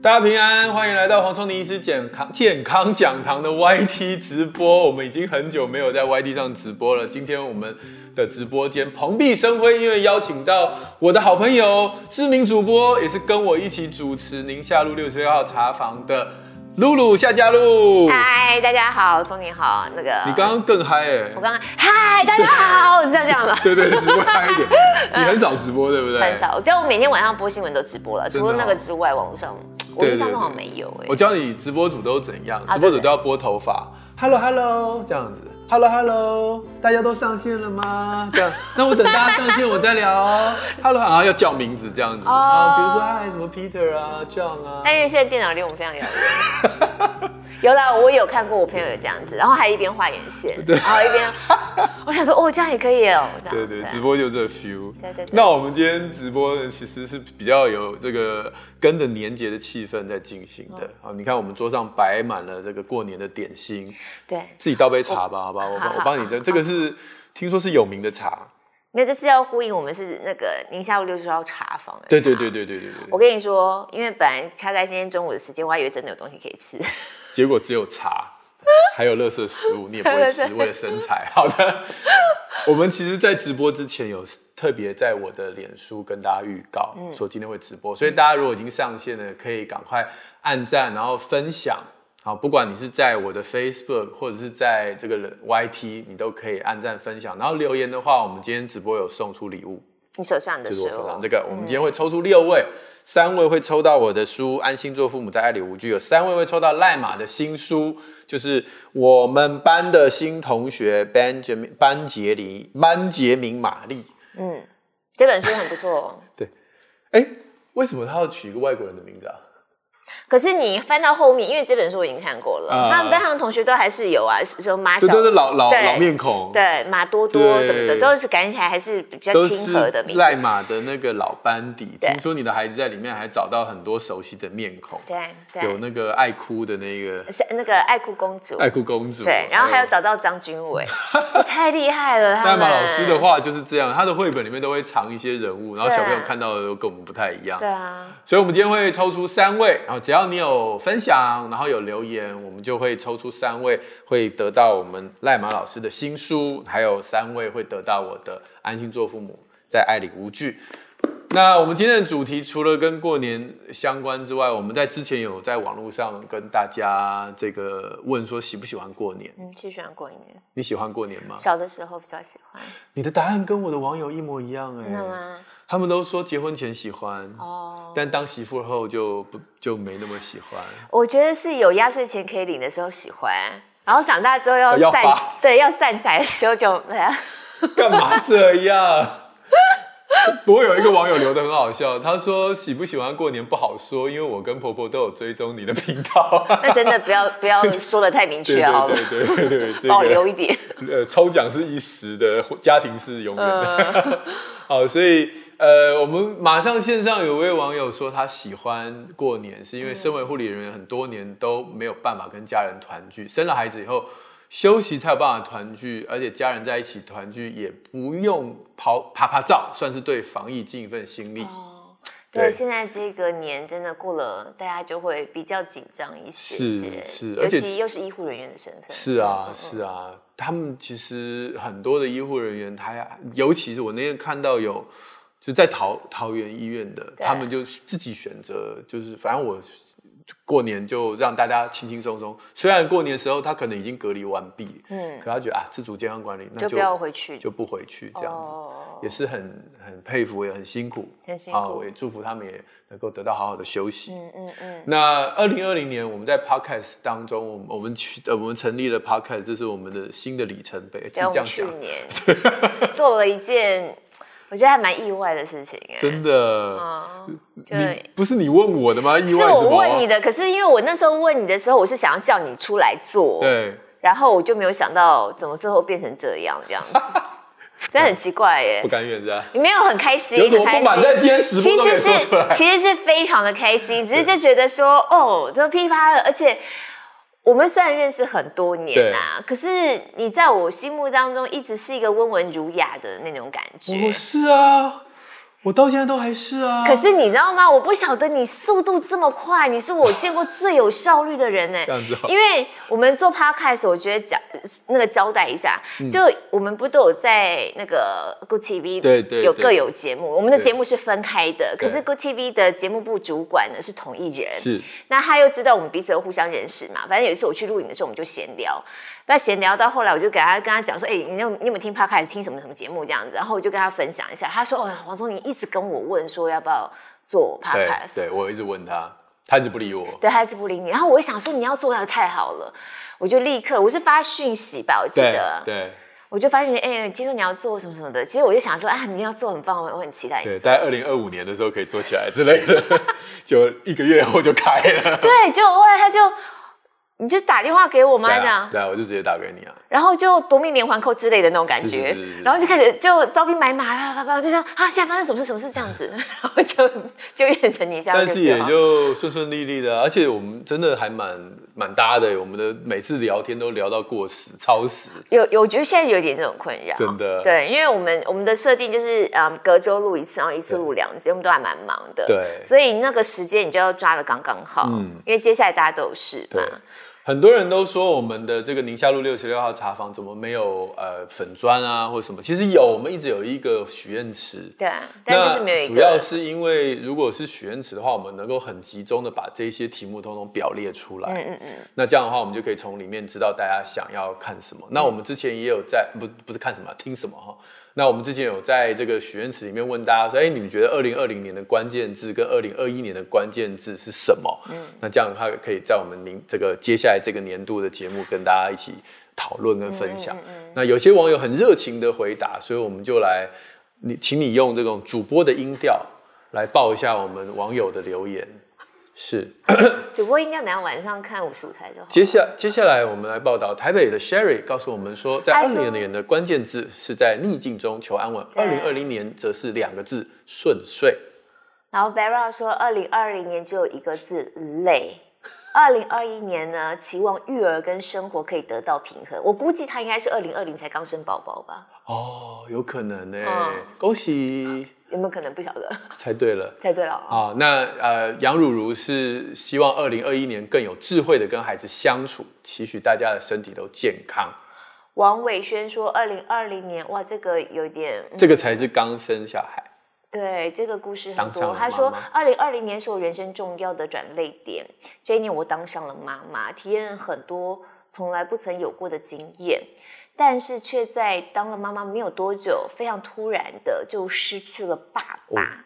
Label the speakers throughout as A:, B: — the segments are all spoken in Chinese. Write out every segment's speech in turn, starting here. A: 大家平安，欢迎来到黄聪林医师健康健康讲堂的 YT 直播。我们已经很久没有在 YT 上直播了。今天我们的直播间蓬荜生辉，因为邀请到我的好朋友、知名主播，也是跟我一起主持宁夏路六十六号茶房的露露夏佳露。
B: 嗨，大家好，钟你好，那个
A: 嗯你刚刚更嗨哎、
B: 我刚刚嗨，大家好，是这样这样吗？
A: 对对，直播嗨一点。你很少直播对不对？
B: 很。少，我知道我每天晚上播新闻都直播了，
A: 真
B: 除
A: 的哦
B: 了那个之外，网络上我
A: 对对
B: 印象中好像没有
A: 我
B: 哎。
A: 教你直播主都怎样，
B: 啊
A: 直播主都要拨头发，Hello Hello 这样子，Hello Hello，大家都上线了吗？这样， 那我等大家上线我再聊哦，Hello，然后要叫名字这样子，
B: 哦哎
A: 啊，比如说嗨什么 Peter 啊，John 啊，
B: 但因为现在电脑离我们非常遥远。 有啦，我有看过我朋友有这样子，然后还一边画眼线，然后一 边，我想说哦，这样也可以哦。这
A: 对
B: 样
A: 对，直播就这 feel。
B: 对对对
A: 那我们今天直播呢，其实是比较有这个跟着年节的气氛在进行的。好，你看我们桌上摆满了这个过年的点心，
B: 对，
A: 自己倒杯茶吧，好吧，我帮我帮你这这个是听说是有名的茶，
B: 没有，这是要呼应我们是那个宁夏路六十号茶坊。
A: 对对对对对对对。
B: 我跟你说，因为本来掐在今天中午的时间，我还以为真的有东西可以吃。
A: 结果只有茶，还有垃圾食物，你也不会吃，
B: 对对对
A: 为了身材。好的，我们其实，在直播之前有特别在我的脸书跟大家预告，说今天会直播，所以大家如果已经上线了，可以赶快按赞，然后分享。好，不管你是在我的 Facebook 或者是在这个 YT，你都可以按赞分享。然后留言的话，我们今天直播有送出礼物，
B: 你手上的
A: 就是
B: 时
A: 我
B: 候，
A: 手上这个。我们今天会抽出六位，三位会抽到我的书《安心做父母在爱里无惧》，有三位会抽到赖马的新书，就是我们班的新同学 Benjamin 班杰明班杰明玛丽。
B: 嗯，这本书很不错、哦。
A: 哎，为什么他要取一个外国人的名字啊？
B: 可是你翻到后面，因为这本书我已经看过了，
A: 啊
B: 他们班上的同学都还是有啊，什么马
A: 这
B: 小，
A: 都是老老
B: 对
A: 老面孔，
B: 对马多多
A: 对
B: 什么的，都是感觉起来还是比较
A: 都是
B: 亲和的名
A: 赖
B: 字。
A: 马的那个老班底。
B: 对
A: 听说你的孩子在里面还找到很多熟悉的面孔，
B: 对
A: 有
B: 对，
A: 那个爱哭的那个
B: 是那个爱哭公主，
A: 爱哭公主，
B: 对，然后还有找到张君 伟，我太厉害了，他
A: 奈
B: 们。
A: 马老师的，话就是这样，他的绘本里面都会藏一些人物，然后
B: 对啊
A: 小朋友看到的都跟我们不太一样
B: 对。啊，
A: 所以，我们今天会抽出三位，然后只要你有分享，然后有留言，我们就会抽出三位会得到我们赖马老师的新书，还有三位会得到我的《安心做父母，在爱里无惧》。那我们今天的主题除了跟过年相关之外，我们在之前有在网络上跟大家这个问说喜不喜欢过年？
B: 嗯，是喜欢过年，
A: 你喜欢过年吗？
B: 小的时候比较喜欢，
A: 你的答案跟我的网友一模一样哎、
B: 真的吗？
A: 他们都说结婚前喜欢，
B: 哦，
A: 但当媳妇后就不就没那么喜欢。
B: 我觉得是有压岁钱可以领的时候喜欢，然后长大之后要
A: 哦要
B: 散
A: 花
B: 对要散财的时候就啊没有。
A: 干嘛这样？ 不过有一个网友留的很好笑，他说喜不喜欢过年不好说，因为我跟婆婆都有追踪你的频 道。
B: 那真的不要不要说的太明
A: 对
B: 确好了，
A: 对对对对对，这
B: 啊保留
A: 个
B: 一 点。
A: 呃抽奖是一时的，家庭是永远的。 好，所以呃，我们马上线上有位网友说他喜欢过年，是因为身为护理人员很多年都没有办法跟家人团聚，生了孩子以后休息才有办法团聚，而且家人在一起团聚也不用跑爬爬照，算是对防疫尽一份心力。
B: 哦，
A: 对
B: 对，现在这个年真的过了，大家就会比较紧张一些些，
A: 是是而
B: 尤
A: 且
B: 其又是医护人员的身份。
A: 是
B: 嗯
A: 啊，是啊，他们其实很多的医护人员，他尤其是我那天看到有就在桃桃园医院的，
B: 对
A: 他们就自己选择，就是反正我过年就让大家轻轻松松。虽然过年的时候他可能已经隔离完毕，
B: 嗯，
A: 可他觉得啊，自主健康管理那
B: 就
A: 就
B: 不要回去
A: 就不回去这样子，
B: 哦
A: 也是很很佩服，也很辛苦，
B: 很辛
A: 啊，
B: 苦
A: 我也祝福他们也能够得到好好的休息。
B: 嗯嗯嗯，
A: 那二零二零年我们在 podcast 当中，我们我们去呃我们成立了 podcast，这是我们的新的里程碑。听
B: 对，
A: 这
B: 我们
A: 样
B: 去
A: 讲，
B: 年 做了一件我觉得还蛮意外的事情，哎，
A: 真的，
B: 啊，对
A: 你。不是你问我的吗？意外
B: 是
A: 什
B: 我
A: 么？
B: 问你的，可是因为我那时候问你的时候，我是想要叫你出来做，
A: 对，
B: 然后我就没有想到怎么最后变成这样这 样子，真的很奇怪耶
A: 不。甘愿是吧？
B: 你没有很开心，
A: 有什么
B: 很开
A: 不
B: 心
A: 满在今天直播
B: 其
A: 都可
B: 实
A: 以说出
B: 是
A: 来。
B: 其实是非常的开心，只是就觉得说哦，都噼里啪啦的，而且我们虽然认识很多年啊，可是你在我心目当中一直是一个温文儒雅的那种感觉。
A: 我是啊，我到现在都还是啊。
B: 可是你知道吗？我不晓得你速度这么快，你是我见过最有效率的人呢、
A: 这样子啊好
B: 因为我们做 podcast，我觉得讲那个交代一下，
A: 嗯
B: 就我们不都有在那个 Good TV
A: 对对
B: 有
A: 对
B: 各有节目，我们的
A: 对
B: 节目是分开的，可
A: 对
B: 是 Good TV 的节目部主管呢是同一人，
A: 是
B: 那他又知道我们彼此都互相认识嘛，反正有一次我去录影的时候，我们就闲聊。那闲聊到后来，我就给他跟他讲说，哎、你有你有没有听 podcast 听什么什么节目这样子？然后我就跟他分享一下，他说，哦，黄总，你一直跟我问说要不要做
A: 对
B: podcast，
A: 对，我一直问他，他一直不理我。
B: 对，他一直不理你。然后我想说你要做的太好了，我就立刻我是发讯息吧，我记
A: 对
B: 得，
A: 对
B: 我就发讯息，哎、听说你要做什么什么的。其实我就想说啊，你要做很棒，我我很期待你。
A: 对，在二零二五年的时候可以做起来之类的， 就一个月后就开了。
B: 对，结果后来他就你就打电话给我
A: 对
B: 妈这样
A: 啊，。对啊，我就直接打给你啊。
B: 然后就夺命连环扣之类的那种感觉，
A: 是是是是
B: 然后就开始就招兵买马，啪啪啪，就说啊，现在发生什么事，什么事这样子，然后就就变成你这样
A: 但
B: 就是是
A: 也
B: 了
A: 就顺顺利利的啊、而且我们真的还蛮蛮搭的，我们的每次聊天都聊到过时、超时，
B: 有有，我觉得现在有点这种困扰，
A: 真的
B: 对，因为我们我们的设定就是，嗯，隔周录一次，然后一次录两集，我们都还蛮忙的，
A: 对
B: 所以那个时间你就要抓的刚刚好，
A: 嗯
B: 因为接下来大家都有事嘛
A: 对，。很多人都说我们的这个宁夏路六十六号茶坊怎么没有呃粉砖啊或什么？其实有，我们一直有一个许愿池，
B: 对，但就是没有一
A: 主要
B: 个，
A: 是因为如果是许愿池的话，我们能够很集中的把这些题目通通表列出来。
B: 嗯嗯嗯，
A: 那这样的话，我们就可以从里面知道大家想要看什么。
B: 嗯
A: 那我们之前也有在不不是看什么听什么哈。那我们之前有在这个许愿池里面问大家说，哎，你们觉得二零二零年的关键字跟二零二一年的关键字是什么？嗯，那这样的话可以在我们明这个接下来这个年度的节目跟大家一起讨论跟分
B: 嗯
A: 享。那有些网友很热情的回答，所以我们就来你，请你用这种主播的音调来报一下我们网友的留言。是，
B: 主播应该等下晚上看五十五才就好，
A: 接下接下来我们来报道台北的 Sherry 告诉我们说，在
B: 他
A: 二
B: 说
A: 零年的关键字是在逆境中求安稳，
B: 对
A: 二零二零年则是两个字顺遂。
B: 然后 Vera 说，二零二零年只有一个字累。二零二一年呢，期望育儿跟生活可以得到平衡。我估计他应该是二零二零才刚生宝宝吧？
A: 哦，有可能呢、
B: 嗯
A: 恭喜，
B: 有没有可能不晓得？
A: 猜对了。
B: 猜对了啊！
A: 啊、那呃，杨汝如是希望二零二一年更有智慧的跟孩子相处，期许大家的身体都健康。
B: 王伟轩说，二零二零年，哇，这个有点，嗯
A: 这个才是刚生小孩。
B: 对，这个故事很
A: 当上
B: 多。
A: 了
B: 他说
A: 妈，
B: 二零二零年是我人生重要的转泪点，这一年我当上了妈妈，体验很多从来不曾有过的经验，但是却在当了妈妈没有多久，非常突然的就失去了爸爸。
A: 哦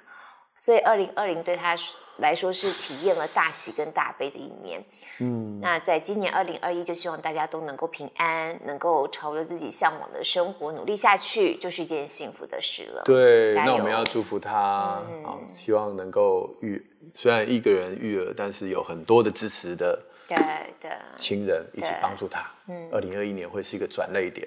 B: 所以，二零二零对他来说是体验了大喜跟大悲的一年。
A: 嗯，
B: 那在今年二零二一，就希望大家都能够平安，能够朝着自己向往的生活努力下去，就是一件幸福的事了。
A: 对，
B: 加
A: 那我
B: 油
A: 们要祝福他啊、
B: 嗯
A: 好希望能够育，虽然一个人育儿，但是有很多的支持的
B: 对的。
A: 亲人一起
B: 对
A: 帮助他。
B: 嗯
A: 嗯，二零二一年会是一个转泪点。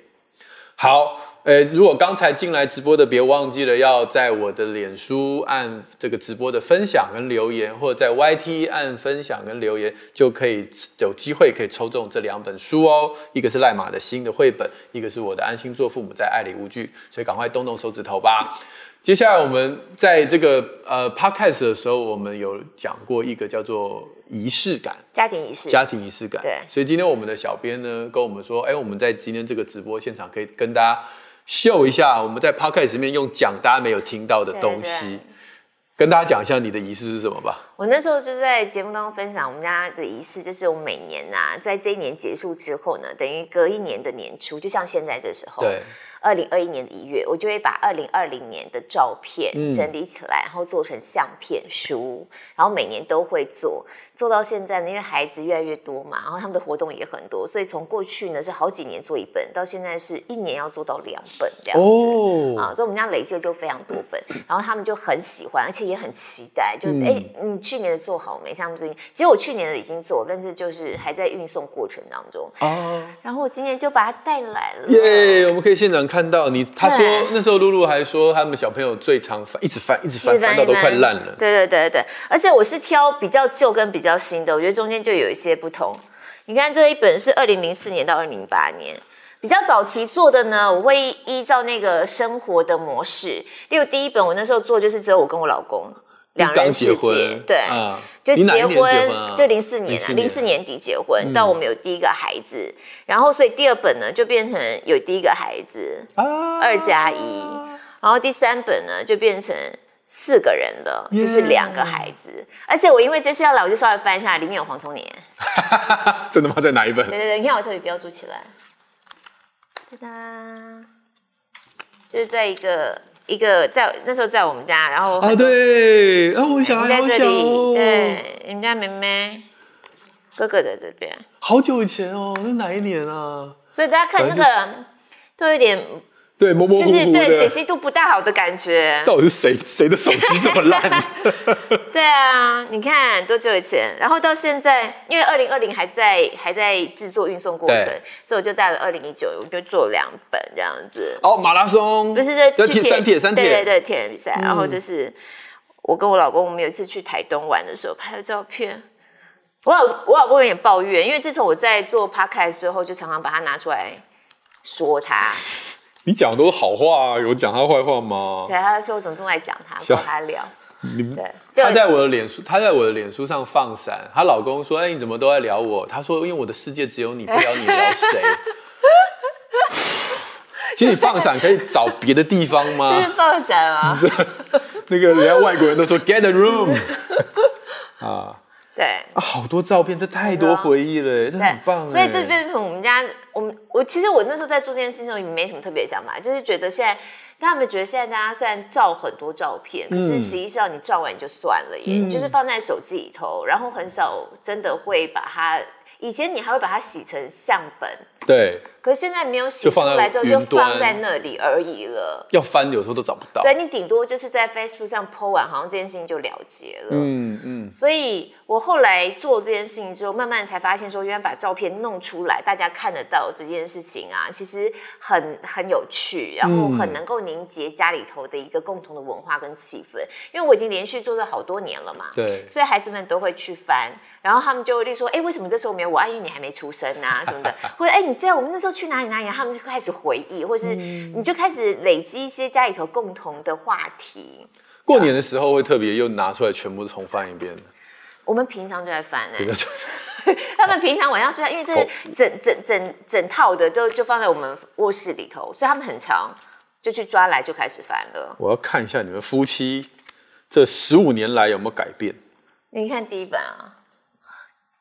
A: 好，呃，如果刚才进来直播的，别忘记了要在我的脸书按这个直播的分享跟留言，或者在 YT 按分享跟留言，就可以有机会可以抽中这两本书哦。一个是赖马的新的绘本，一个是我的安心做父母在爱里无惧，所以赶快动动手指头吧。接下来我们在这个呃 podcast 的时候，我们有讲过一个叫做仪式感。
B: 家庭仪式，
A: 家庭仪式感。
B: 对
A: 所以今天我们的小编呢跟我们说，哎、我们在今天这个直播现场可以跟大家秀一下，我们在 podcast 里面用讲大家没有听到的东西，
B: 对对
A: 跟大家讲一下你的仪式是什么吧。
B: 我那时候就在节目当中分享我们家的仪式，就是我每年呐、在这一年结束之后呢，等于隔一年的年初，就像现在这时候，
A: 对，
B: 二零二一年的一月，我就会把二零二零年的照片
A: 嗯
B: 整理起来，然后做成相片书，然后每年都会做。做到现在呢，因为孩子越来越多嘛，然后他们的活动也很多，所以从过去呢是好几年做一本，到现在是一年要做到两本这样子。
A: 哦，
B: 啊，所以我们家累积的就非常多本，然后他们就很喜欢，而且也很期待，就是哎、
A: 嗯
B: 诶你去年的做好没？像他们最近，其实我去年的已经做，但是就是还在运送过程当中，
A: 啊，
B: 然后我今年就把它带来了。
A: 耶！我们可以现场看到你，他说
B: 嗯对
A: 那时候露露还说他们小朋友最常翻，一直翻，一直翻，翻到都快烂了。
B: 对对对对，而且我是挑比较旧跟比较新的，我觉得中间就有一些不同。你看这一本是二零零四年到二零零八年，比较早期做的呢，我会依照那个生活的模式，例如第一本我那时候做就是只有我跟我老公两人
A: 刚
B: 世
A: 结
B: 界
A: 婚，，
B: 对，
A: 啊
B: 就
A: 你哪一
B: 结
A: 年
B: 婚，
A: 啊
B: 就零四年啊，
A: 04
B: 零
A: 年嗯
B: 四年底结婚，到我们有第一个孩子，然后所以第二本呢就变成有第一个孩子，
A: 啊
B: 二加一，然后第三本呢就变成四个人了，就是两个孩子。而且我因为这次要来，我就稍微翻一下，里面有黄聪年。
A: 真的吗？在哪一本
B: 对？对对，你看我特别标注起来，哒哒，就是在一个一个在那时候在我们家，然后
A: 啊，对，啊，我小
B: 你
A: 孩
B: 在
A: 好
B: 这
A: 小哦
B: 里，，对，你们家妹妹哥哥在这边。
A: 好久以前哦，那哪一年啊？
B: 所以大家看那个都有点，
A: 对，模模
B: 就
A: 糊糊
B: 是
A: 的，
B: 对解析度不大好的感觉。
A: 到底是谁谁的手机这么 烂？
B: 对啊，你看多久以前？然后到现在，因为二零二零还在还在制作运送过程
A: 对，
B: 所以我就带了二零一九，我就做两本这样子。
A: 哦，马拉松
B: 不是这
A: 这
B: 去
A: 铁三铁三铁，嗯
B: 对对对，铁人比赛。然后就是我跟我老公，我们有一次去台东玩的时候拍的照片。我老我老公有点抱怨，因为自从我在做 podcast 之后，就常常把它拿出来说他。
A: 你讲的都是好话啊，有讲他坏话吗？
B: 对，他就说我怎么这么爱讲他，
A: 哦笑
B: 跟他聊。
A: 你们
B: 对，就
A: 她在我的脸书，她在我的脸书上放闪，她老公说：“哎、你怎么都在聊我？”她说：“因为我的世界只有你，不聊你聊 谁。”其实你放闪可以找别的地方
B: 这
A: 吗
B: 是？放闪吗？
A: 那个人家外国人 都说 “get a room” 啊
B: 对。
A: 啊，好多照片，这太多回忆了，这很棒。欸
B: 所以这变成我们家，我们我其实我那时候在做这件事情的时候也没什么特别的想法，就是觉得现在，大家有没有觉得现在大家虽然照很多照片，可
A: 嗯
B: 是实际上你照完你就算了耶，你就是放在手机里头，然后很少真的会把它，以前你还会把它洗成相本，
A: 对，
B: 可是现在没有洗
A: 就
B: 出
A: 放在
B: 来之后就
A: 云端
B: 放在那里而已了。
A: 要翻有时候都找不到。
B: 对你顶多就是在 Facebook 上 po 完，好像这件事情就了结了。
A: 嗯嗯，
B: 所以我后来做这件事情之后，慢慢才发现说，原来把照片弄出来，大家看得到这件事情啊，其实很很有趣，然后很能够凝结家里头的一个共同的文化跟气氛。因为我已经连续做了好多年了嘛，
A: 对。
B: 所以孩子们都会去翻，然后他们就会例如说，哎，为什么这时候没有我爱因为你还没出生啊，什么的，或者哎，你在我们那时候去哪里哪里啊，他们就开始回忆，或是你就开始累积一些家里头共同的话题。
A: 过年的时候会特别又拿出来全部重翻一遍，
B: 我们平常就在翻哎、
A: 比较
B: 他们平常晚上睡觉，因为这
A: 哦
B: 是整整整整套的就就放在我们卧室里头，所以他们很长就去抓来就开始翻了。
A: 我要看一下你们夫妻这十五年来有没有改变。
B: 你看第一本啊，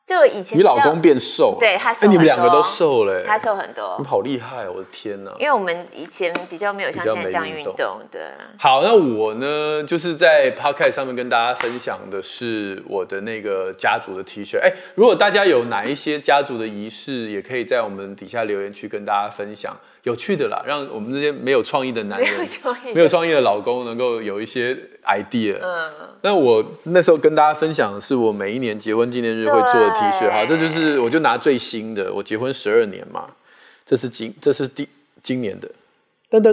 B: 就以前
A: 你老
B: 比较
A: 公变瘦了，
B: 对他瘦
A: 哎你
B: 很
A: 们两个
B: 多
A: 都瘦了、
B: 他
A: 哎
B: 瘦很
A: 你
B: 多
A: 们，好厉害、哦，我的天哪！
B: 因为我们以前比较没有像
A: 比较
B: 现在
A: 没
B: 这样
A: 运
B: 运
A: 动
B: 动，对，
A: 好，那我呢，就是在 podcast 上面跟大家分享的是我的那个家族的 T 恤。哎，如果大家有哪一些家族的仪式，也可以在我们底下留言区跟大家分享有趣的啦，让我们这些没有创意的男
B: 没
A: 人、
B: 有创意，
A: 没有创意的老公能够有一些 idea。
B: 嗯，
A: 那我那时候跟大家分享的是我每一年结婚纪念日会做的 T 恤
B: 对
A: 哈，这就是我就拿最新的，我结婚十二年嘛，这是今这是第今年的，噔噔，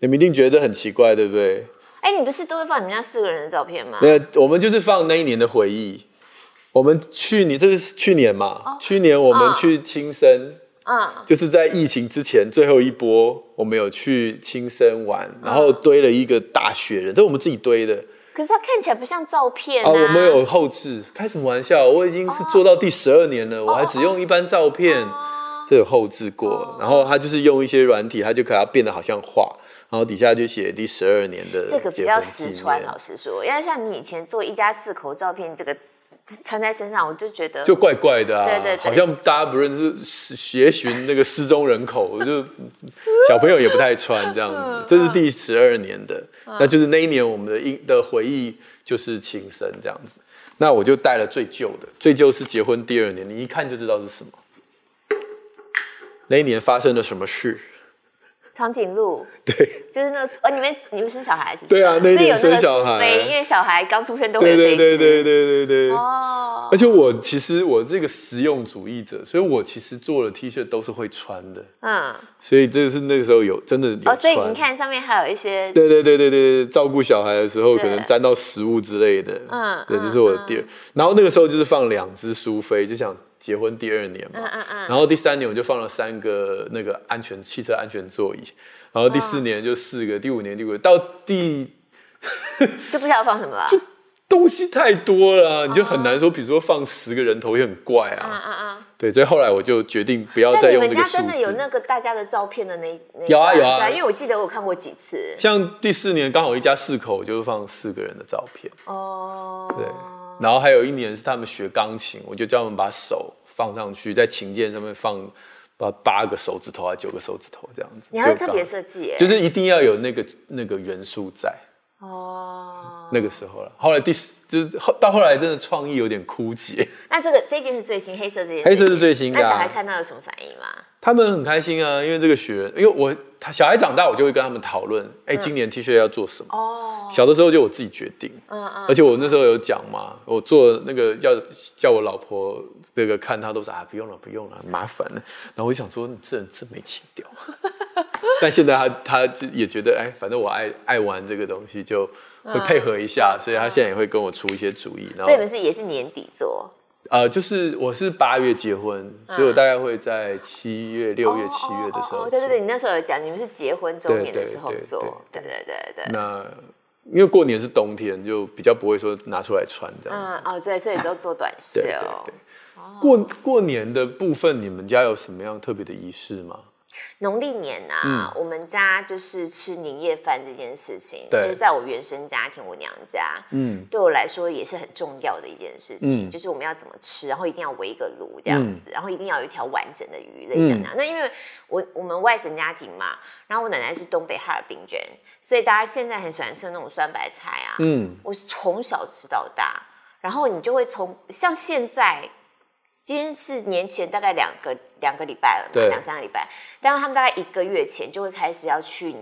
A: 你们一定觉得很奇怪，对不对？
B: 哎，你不是都会放你们家四个人的照片吗？
A: 那我们就是放那一年的回忆，我们去年这是去年嘛，去年我们
B: 嗯
A: 去青森，
B: 嗯，
A: 就是在疫情之前最后一波，我们有去青森玩，然后堆了一个大雪人，这我们自己堆的。
B: 可是它看起来不像照片
A: 啊，我们有后置，开什么玩笑？我已经是做到第十二年了，我还只用一般照片，
B: 哦
A: 这有后置过。然后他就是用一些软体，他就可它变得好像画，然后底下就写第十二年的
B: 这个比
A: 结
B: 较
A: 婚
B: 实哦
A: 纪
B: 穿，
A: 念
B: 老实说，因为像你以前做一家四口照片，这个穿在身上，我就觉得
A: 就怪怪的啊，
B: 对对对
A: 好像大家不认识协寻那个失踪人口， 我就小朋友也不太穿这样
B: 嗯
A: 子。这是第十二年的，那就是那一年我们的印的回忆就是亲生这样子。那我就带了最旧的，最旧是结婚第二年，你一看就知道是什么。那一年发生了什么事？
B: 长颈鹿，
A: 对
B: 就是那个哦，你们你们生小孩是不是？
A: 对啊那一
B: 所
A: 年
B: 以有那个
A: 生小孩
B: 苏菲因为小孩刚出生都会有
A: 对
B: 这一
A: 对
B: 只。
A: 对对对对对。
B: 哦，
A: 而且我其实我这个实用主义者，所以我其实做了 T 恤都是会穿的，
B: 嗯，
A: 所以这是那个时候有真的有穿。
B: 哦，所以你看上面还有一些，
A: 对对对对对对，照顾小孩的时候
B: 对
A: 可能沾到食物之类的，
B: 嗯
A: 对，这是我的第二。然后那个时候就是放两只苏菲，就想结婚第二年嘛
B: 嗯，嗯嗯，
A: 然后第三年我就放了三个那个安全汽车安全座椅，然后第
B: 嗯
A: 四年就四个，第五年第五个，到第
B: 就不晓得放什么了。
A: 东西太多了啊，你就很难说，比如说放十个人头也很怪
B: 嗯
A: 啊。
B: 嗯嗯。
A: 对，所以后来我就决定不要
B: 那
A: 再
B: 你
A: 用
B: 们
A: 这个
B: 家
A: 数
B: 真的有
A: 字。
B: 那个大家的照片的那那一
A: 有啊
B: 段
A: 有啊
B: 对因为我记得我看过几次。
A: 像第四年刚好一家四口，我就放四个人的照片。
B: 哦，
A: 对，然后还有一年是他们学钢琴，我就叫他们把手放上去，在琴键上面放把八个手指头啊，九个手指头这样子。
B: 你还会
A: 就
B: 特
A: 刚
B: 别设计耶。
A: 就是一定要有那个那个元素在
B: 哦，
A: 那个时候了。后来第四就是后到后来真的创意有点枯竭，
B: 那这个这件是最新，黑色这件
A: 黑色是最新的啊
B: 那小孩看到有什么反应吗？
A: 他们很开心啊，因为这个学员，因为我他小孩长大，我就会跟他们讨论，哎、今年 T 恤要做什么。
B: 嗯哦，
A: 小的时候就我自己决定，
B: 嗯嗯，
A: 而且我那时候有讲嘛，我做那个要叫我老婆这个看，她都是啊不用了不用了，很麻烦了。然后我就想说，你这人真没情 调。但现在她她就也觉得，哎，反正我爱爱玩这个东西，就
B: 嗯
A: 会配合一下，所以她现在也会跟我出一些主意。然
B: 所以你们
A: 后
B: 是也是年底做，
A: 呃，就是我是八月结婚，所以我大概会在七月、六月、
B: 嗯哦
A: 七月的时
B: 哦哦
A: 候
B: 哦对对
A: 做
B: 对，你那时候有讲，你们是结婚周年的时候
A: 对对对
B: 做，对对对对。
A: 那因为过年是冬天，就比较不会说拿出来穿这样子。
B: 嗯哦，对，所以都做短 袖
A: 对。对对。过过年的部分，你们家有什么样特别的仪式吗？
B: 农历年
A: 嗯
B: 啊，我们家就是吃年夜饭这件事情，就
A: 对
B: 是在我原生家庭，我娘家，
A: 嗯，
B: 对我来说也是很重要的一件事情，
A: 嗯
B: 就是我们要怎么吃，然后一定要围一个炉这样子，然后一定要有一条完整的鱼类
A: 嗯
B: 这样。那因为我我们外省家庭嘛，然后我奶奶是东北哈尔滨人，所以大家现在很喜欢吃那种酸白菜啊，
A: 嗯，
B: 我是从小吃到大，然后你就会从像现在，今天是年前大概两个两个礼拜了嘛，
A: 对
B: 两三个礼拜，但是他们大概一个月前就会开始要去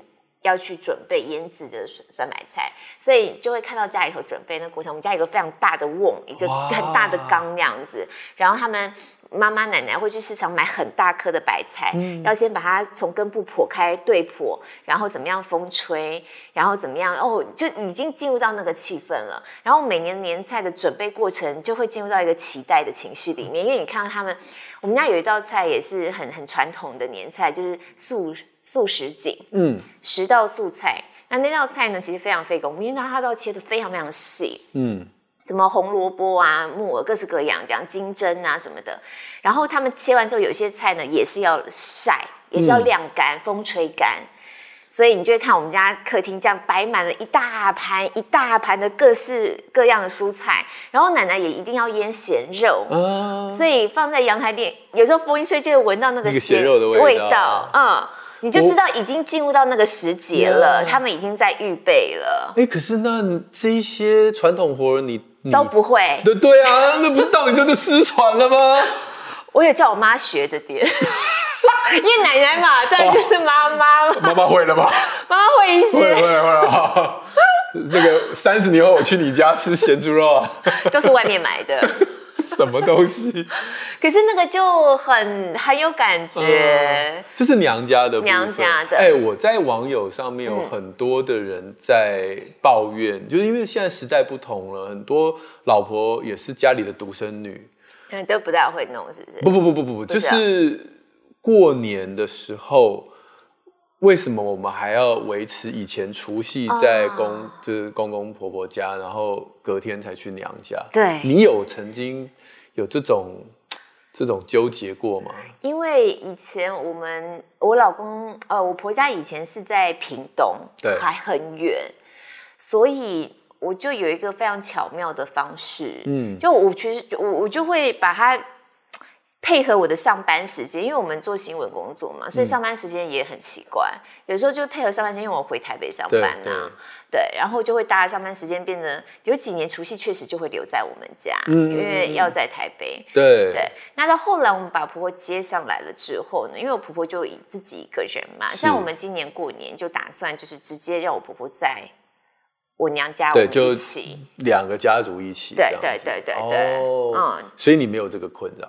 B: 要去准备腌制的酸酸白菜，所以就会看到家里头准备那锅菜，我们家有一个非常大的瓮，一个
A: 哇
B: 很大的缸那样子，然后他们。妈妈奶奶会去市场买很大颗的白菜，要先把它从根部剖开对剖，然后怎么样风吹，然后怎么样哦，就已经进入到那个气氛了。然后每年年菜的准备过程就会进入到一个期待的情绪里面，因为你看到他们，我们家有一道菜也是很很传统的年菜，就是素素食锦，
A: 嗯，
B: 十道素菜。那那道菜呢，其实非常费工夫，因为它它都要切的非常非常细，
A: 嗯，
B: 什么红萝卜啊、木耳，各式各样，这样金针啊什么的。然后他们切完之后，有些菜呢也是要晒，也是要晾干，风吹干。所以你就会看我们家客厅这样摆满了一大盘一大盘的各式各样的蔬菜，然后奶奶也一定要腌咸肉，
A: 啊，
B: 所以放在阳台里，有时候风一吹就会闻到那个
A: 那个咸肉的味道
B: 道嗯，你就知道已经进入到那个时节了，
A: Yeah
B: 他们已经在预备了，
A: 哎、可是那这些传统活儿你，你
B: 都不会。
A: 对对啊，那不是到你真的失传 了吗？
B: 我有叫我妈学这点， 因为奶奶嘛，再就是妈妈嘛，
A: 妈妈会了吗？
B: 妈妈会一
A: 会
B: 些，
A: 会会啊！ 那个三十年后我去你家吃咸猪肉啊，
B: 都是外面买的。
A: 什么东西？
B: 可是那个就很很有感觉，
A: 哦这是娘家的部分
B: 娘家的嗯
A: 哎、我在网友上面有很多的人在抱怨，就是因为现在时代不同了，很多老婆也是家里的独生女。
B: 嗯，都不大会弄，是不是？
A: 不不不不不不，
B: 是
A: 就
B: 啊
A: 是过年的时候，为什么我们还要维持以前除夕在公、
B: 啊
A: 就是公公婆婆家，然后隔天才去娘家？
B: 对
A: 你有曾经有这种这种纠结过吗？
B: 因为以前我们我老公呃，我婆家以前是在屏东，
A: 对
B: 还很远，所以我就有一个非常巧妙的方式，
A: 嗯
B: 就我其实我我就会把它。配合我的上班时间，因为我们做新闻工作嘛，所以
A: 嗯
B: 上班时间也很奇怪。有时候就会配合上班时间，因为我回台北上
A: 对
B: 班啊，
A: 对
B: 对，然后就会搭上班时间变得有几年除夕确实就会留在我们家，
A: 嗯
B: 因为要在台北。
A: 对
B: 对，那到后来我们把婆婆接上来了之后呢，因为我婆婆就以自己一个人嘛，
A: 是
B: 像我们今年过年就打算就是直接让我婆婆在我娘家我
A: 对
B: 们
A: 就
B: 一起，
A: 两个家族一起这
B: 对
A: 样子，
B: 对对对对，
A: 哦
B: 嗯，
A: 所以你没有这个困扰，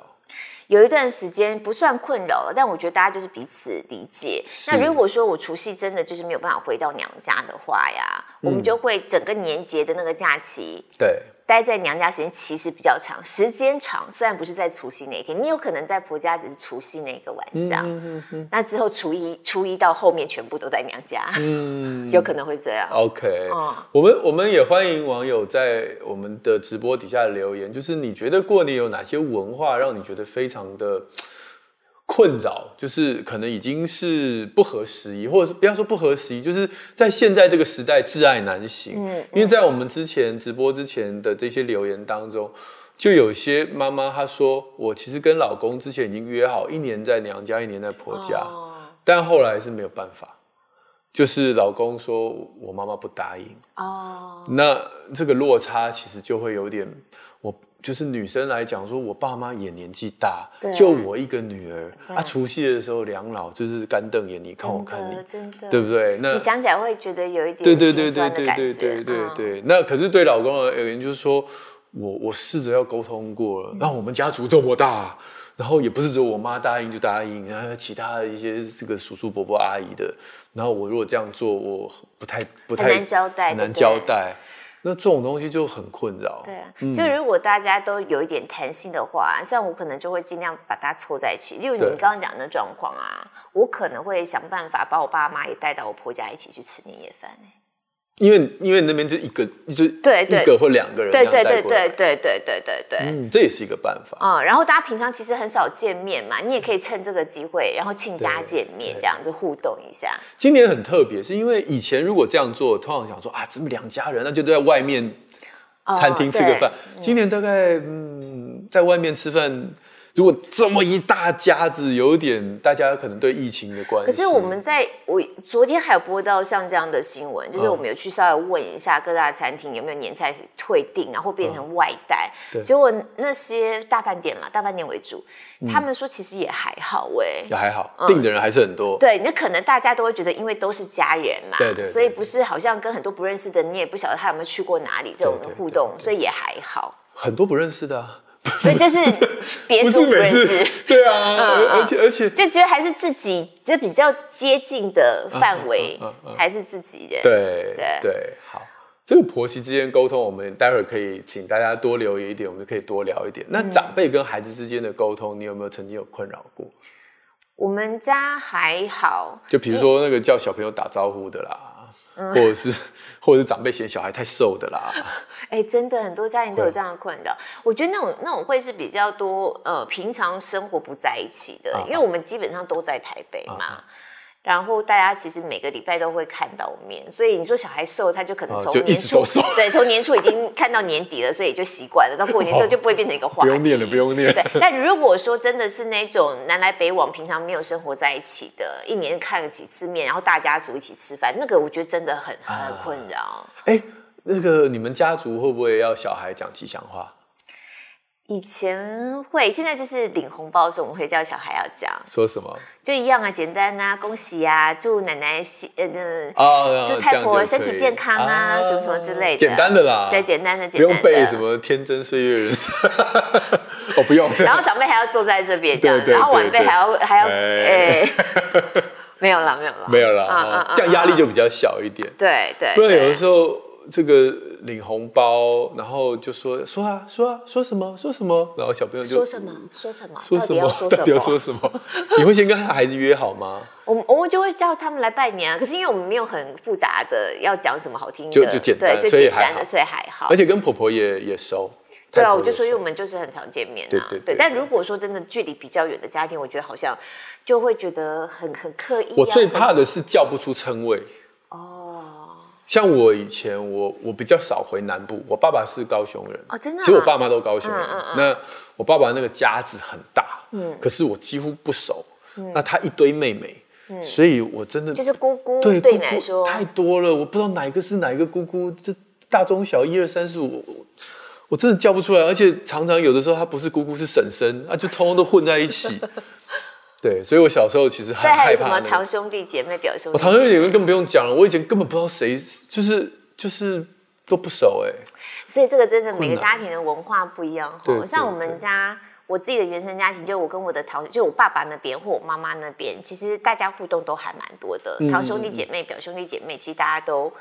B: 有一段时间不算困扰了，但我觉得大家就是彼此理解。那如果说我除夕真的就是没有办法回到娘家的话呀，我
A: 嗯
B: 们就会整个年节的那个假期
A: 对，
B: 待在娘家时间其实比较长，时间长，虽然不是在除夕那一天，你有可能在婆家只是除夕那个晚上，
A: 嗯
B: 那之后初一初一到后面全部都在娘家，
A: 嗯
B: 有可能会这样。
A: OK，、
B: 嗯
A: 我们我们也欢迎网友在我们的直播底下留言，就是你觉得过年有哪些文化让你觉得非常的困扰，就是可能已经是不合时宜，或者是不要说不合时宜，就是在现在这个时代挚爱难行。
B: 嗯
A: 因为在我们之前直播之前的这些留言当中，就有些妈妈她说，我其实跟老公之前已经约好，一年在娘家，一年在婆家。
B: 哦
A: 但后来是没有办法，就是老公说我妈妈不答应，
B: 哦，
A: 那这个落差其实就会有点，我就是女生来讲说，我爸妈也年纪大
B: 对，
A: 就我一个女儿
B: 对
A: 啊，除夕的时候两老就是干瞪眼，你看哦我看你，
B: 哦真的，真
A: 嗯
B: 的
A: 对不对？那
B: 你想起来会觉得有一点
A: 对对对对
B: 心酸的
A: 对
B: 感
A: 对
B: 觉
A: 对对
B: 嗯
A: 对，那可是对老公而言，就是说我我试着要沟通过
B: 嗯
A: 了，那我们家族这么大，然后也不是只有我妈答应就答应，然后其他的一些这个叔叔伯伯阿姨的，然后我如果这样做，我不太不太
B: 很难交代
A: 很
B: 对
A: 难
B: 不
A: 交
B: 对
A: 代，那这种东西就很困扰。
B: 对啊，就如果大家都有一点弹性的话，像我可能就会尽量把它凑在一起。例如你
A: 对
B: 刚刚讲的状况啊，我可能会想办法把我爸妈也带到我婆家一起去吃年夜饭、欸。
A: 因为因为那边就一个就
B: 对对
A: 一个或两个人这
B: 对
A: 样
B: 对
A: 带
B: 对
A: 过来
B: 对，对对对对对。嗯
A: 嗯，这也是一个办法。
B: 呃然后大家平常其实很少见面嘛，你也可以趁这个机会，然后亲家
A: 对
B: 见面
A: 对
B: 这样子互动一下。
A: 今年很特别，是因为以前如果这样做，通常想说啊，这么两家人，那就在外面
B: 哦
A: 餐厅吃个饭。今年大概嗯，在外面吃饭，如果这么一大家子，有点大家可能对疫情的关系。
B: 可是我们在我昨天还有播到像这样的新闻，就是
A: 嗯
B: 我们有去稍微问一下各大餐厅有没有年菜退订啊，或变成外带。
A: 嗯对
B: 结果那些大饭店啦，大饭店为主，
A: 嗯
B: 他们说其实也还好哎、
A: 也还好，订的人还是很多。
B: 对，那可能大家都会觉得，因为都是家人嘛，
A: 对对对
B: 所以不是好像跟很多不认识的，你也不晓得他有没有去过哪里这种
A: 对对
B: 互动，所以也还好。
A: 很多不认识的、啊，
B: 所以就是 别
A: 不
B: 处
A: 是
B: 不
A: 每
B: 认
A: 次
B: 识，。
A: 对啊，
B: 嗯
A: 而而且而且
B: 就觉得还是自己就比较接近的范围，
A: 嗯嗯嗯嗯
B: 还是自己人。
A: 对
B: 对
A: 对，好。这个婆媳之间沟通，我们待会儿可以请大家多留意一点，我们就可以多聊一点。
B: 嗯
A: 那长辈跟孩子之间的沟通，你有没有曾经有困扰过？
B: 我们家还好，
A: 就比如说那个叫小朋友打招呼的啦，
B: 嗯
A: 或者是或者是长辈嫌小孩太瘦的啦，
B: 哎、真的很多家庭都有这样的困扰。我觉得那种那种会是比较多，呃，平常生活不在一起的，
A: 啊
B: 因为我们基本上都在台北嘛。
A: 嗯
B: 然后大家其实每个礼拜都会看到面，所以你说小孩瘦，他就可能
A: 啊
B: 从
A: 就一
B: 年
A: 直
B: 初、
A: 都瘦
B: 对，从年初已经看到年底了，所以就习惯了。到过年的时候就不会变成一个话
A: 哦不
B: 题。
A: 用念了，不用念。
B: 对，但如果说真的是那种南来北往，平常没有生活在一起的，一年看了几次面，然后大家族一起吃饭，那个我觉得真的很
A: 啊
B: 很困扰。
A: 哎，那个你们家族会不会要小孩讲吉祥话？
B: 以前会，现在就是领红包的时候，我们会叫小孩要讲，
A: 说什么
B: 就一样啊，简单啊，恭喜啊，祝奶奶喜呃呃
A: 啊？
B: 祝
A: 这
B: 太
A: 样
B: 婆
A: 就
B: 身
A: 可
B: 体
A: 以
B: 健康啊什么什么之类的
A: 简单的啦，
B: 对，简单的
A: 啊不
B: 简单
A: 用
B: 的，
A: 背什么天真岁月人生， 哦，不用。
B: 然后长辈还要坐在这边这样，
A: 对对
B: 然后晚
A: 对
B: 辈
A: 对
B: 还要还要哎
A: 哎，
B: 没有啦，没有啦，
A: 没有啦，
B: 嗯嗯
A: 啊
B: 嗯
A: 这样压力就比较小一点。
B: 对对，
A: 不然有
B: 啊对
A: 的时候这个领红包，然后就说说啊说啊说什么说什么，然后小朋友就
B: 说什么说什么，
A: 说
B: 到
A: 什
B: 底要
A: 么
B: 说？
A: 到
B: 什
A: 底要
B: 么？
A: 说什么？你会先跟孩子约好吗？
B: 我们我们就会叫他们来拜年啊，可是因为我们没有很复杂的要讲什么好听的，
A: 就就简单
B: 对，就
A: 所以
B: 简单
A: 还
B: 的，
A: 好
B: 所以还 好。
A: 而且跟婆婆也也熟。
B: 对啊，
A: 太
B: 我
A: 婆也
B: 就说，因为
A: 熟
B: 我们就是很常见面啊，
A: 对对对
B: 但如果说真的距离比较远的家庭，我觉得好像就会觉得很很刻意、啊。
A: 我最怕的是叫不出称谓。
B: 哦
A: 像我以前，我我比较少回南部，我爸爸是高雄人，
B: 哦，真的、啊，
A: 其实我爸妈都高雄人。
B: 嗯嗯嗯嗯
A: 那我爸爸那个家子很大，可是我几乎不熟。那他一堆妹妹，所以我真的
B: 嗯就是姑姑
A: 对
B: 对
A: 姑
B: 你来
A: 姑
B: 说，
A: 太多了，我不知道哪一个是哪一个姑姑，这大中小一二三四五，我我真的叫不出来，而且常常有的时候她不是姑姑是婶婶啊，就通通都混在一 起。对，所以我小时候其实很
B: 再还
A: 害
B: 有什
A: 怕、
B: 么
A: 那个。
B: 堂兄弟姐妹、表兄
A: 我
B: 弟，
A: 堂兄弟姐妹更不用讲了，我以前根本不知道谁，就是就是都不熟哎、
B: 所以这个真的每
A: 困
B: 个
A: 难
B: 家庭的文化不一样
A: 对
B: 哦。像
A: 对
B: 我们
A: 对
B: 家，我自己的原生家庭，就我跟我的堂，就我爸爸那边或我妈妈那边，其实大家互动都还蛮多的
A: 嗯，
B: 堂兄弟姐妹、表兄弟姐妹，其实大家都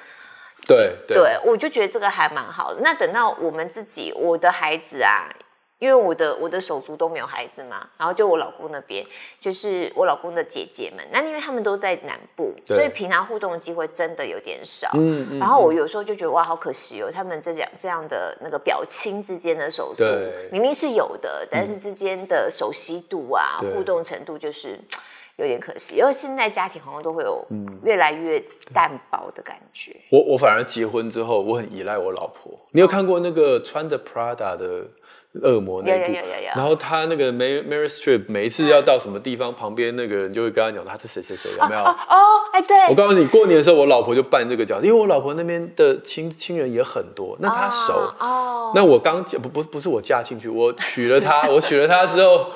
A: 对对
B: 对，我就觉得这个还蛮好的。那等到我们自己，我的孩子啊，因为我的我的手足都没有孩子嘛，然后就我老公那边，就是我老公的姐姐们，那因为他们都在南部，
A: 对
B: 所以平常互动的机会真的有点少。
A: 嗯嗯
B: 然后我有时候就觉得哇，好可惜哦，他们这样这样的那个表亲之间的手足
A: 对，
B: 明明是有的，但是之间的熟悉度啊、
A: 对
B: 互动程度就是嘖有点可惜。因为现在家庭好像都会有
A: 嗯
B: 越来越淡薄的感觉。
A: 我我反而结婚之后，我很依赖我老婆。你有看过那个穿着 Prada 的恶魔那部？
B: 有有有有有
A: 然后他那个 Mary Mary Strip 每一次要到什么地方，旁边那个人就会跟他讲他是谁谁谁，有没 有？
B: 哦，哎，对，
A: 我告诉你，过年的时候我老婆就扮这个角色，因为我老婆那边的亲亲人也很多，那她熟。
B: 哦，
A: 那我刚不不不是我嫁进去，我娶了她， 我娶了她之后，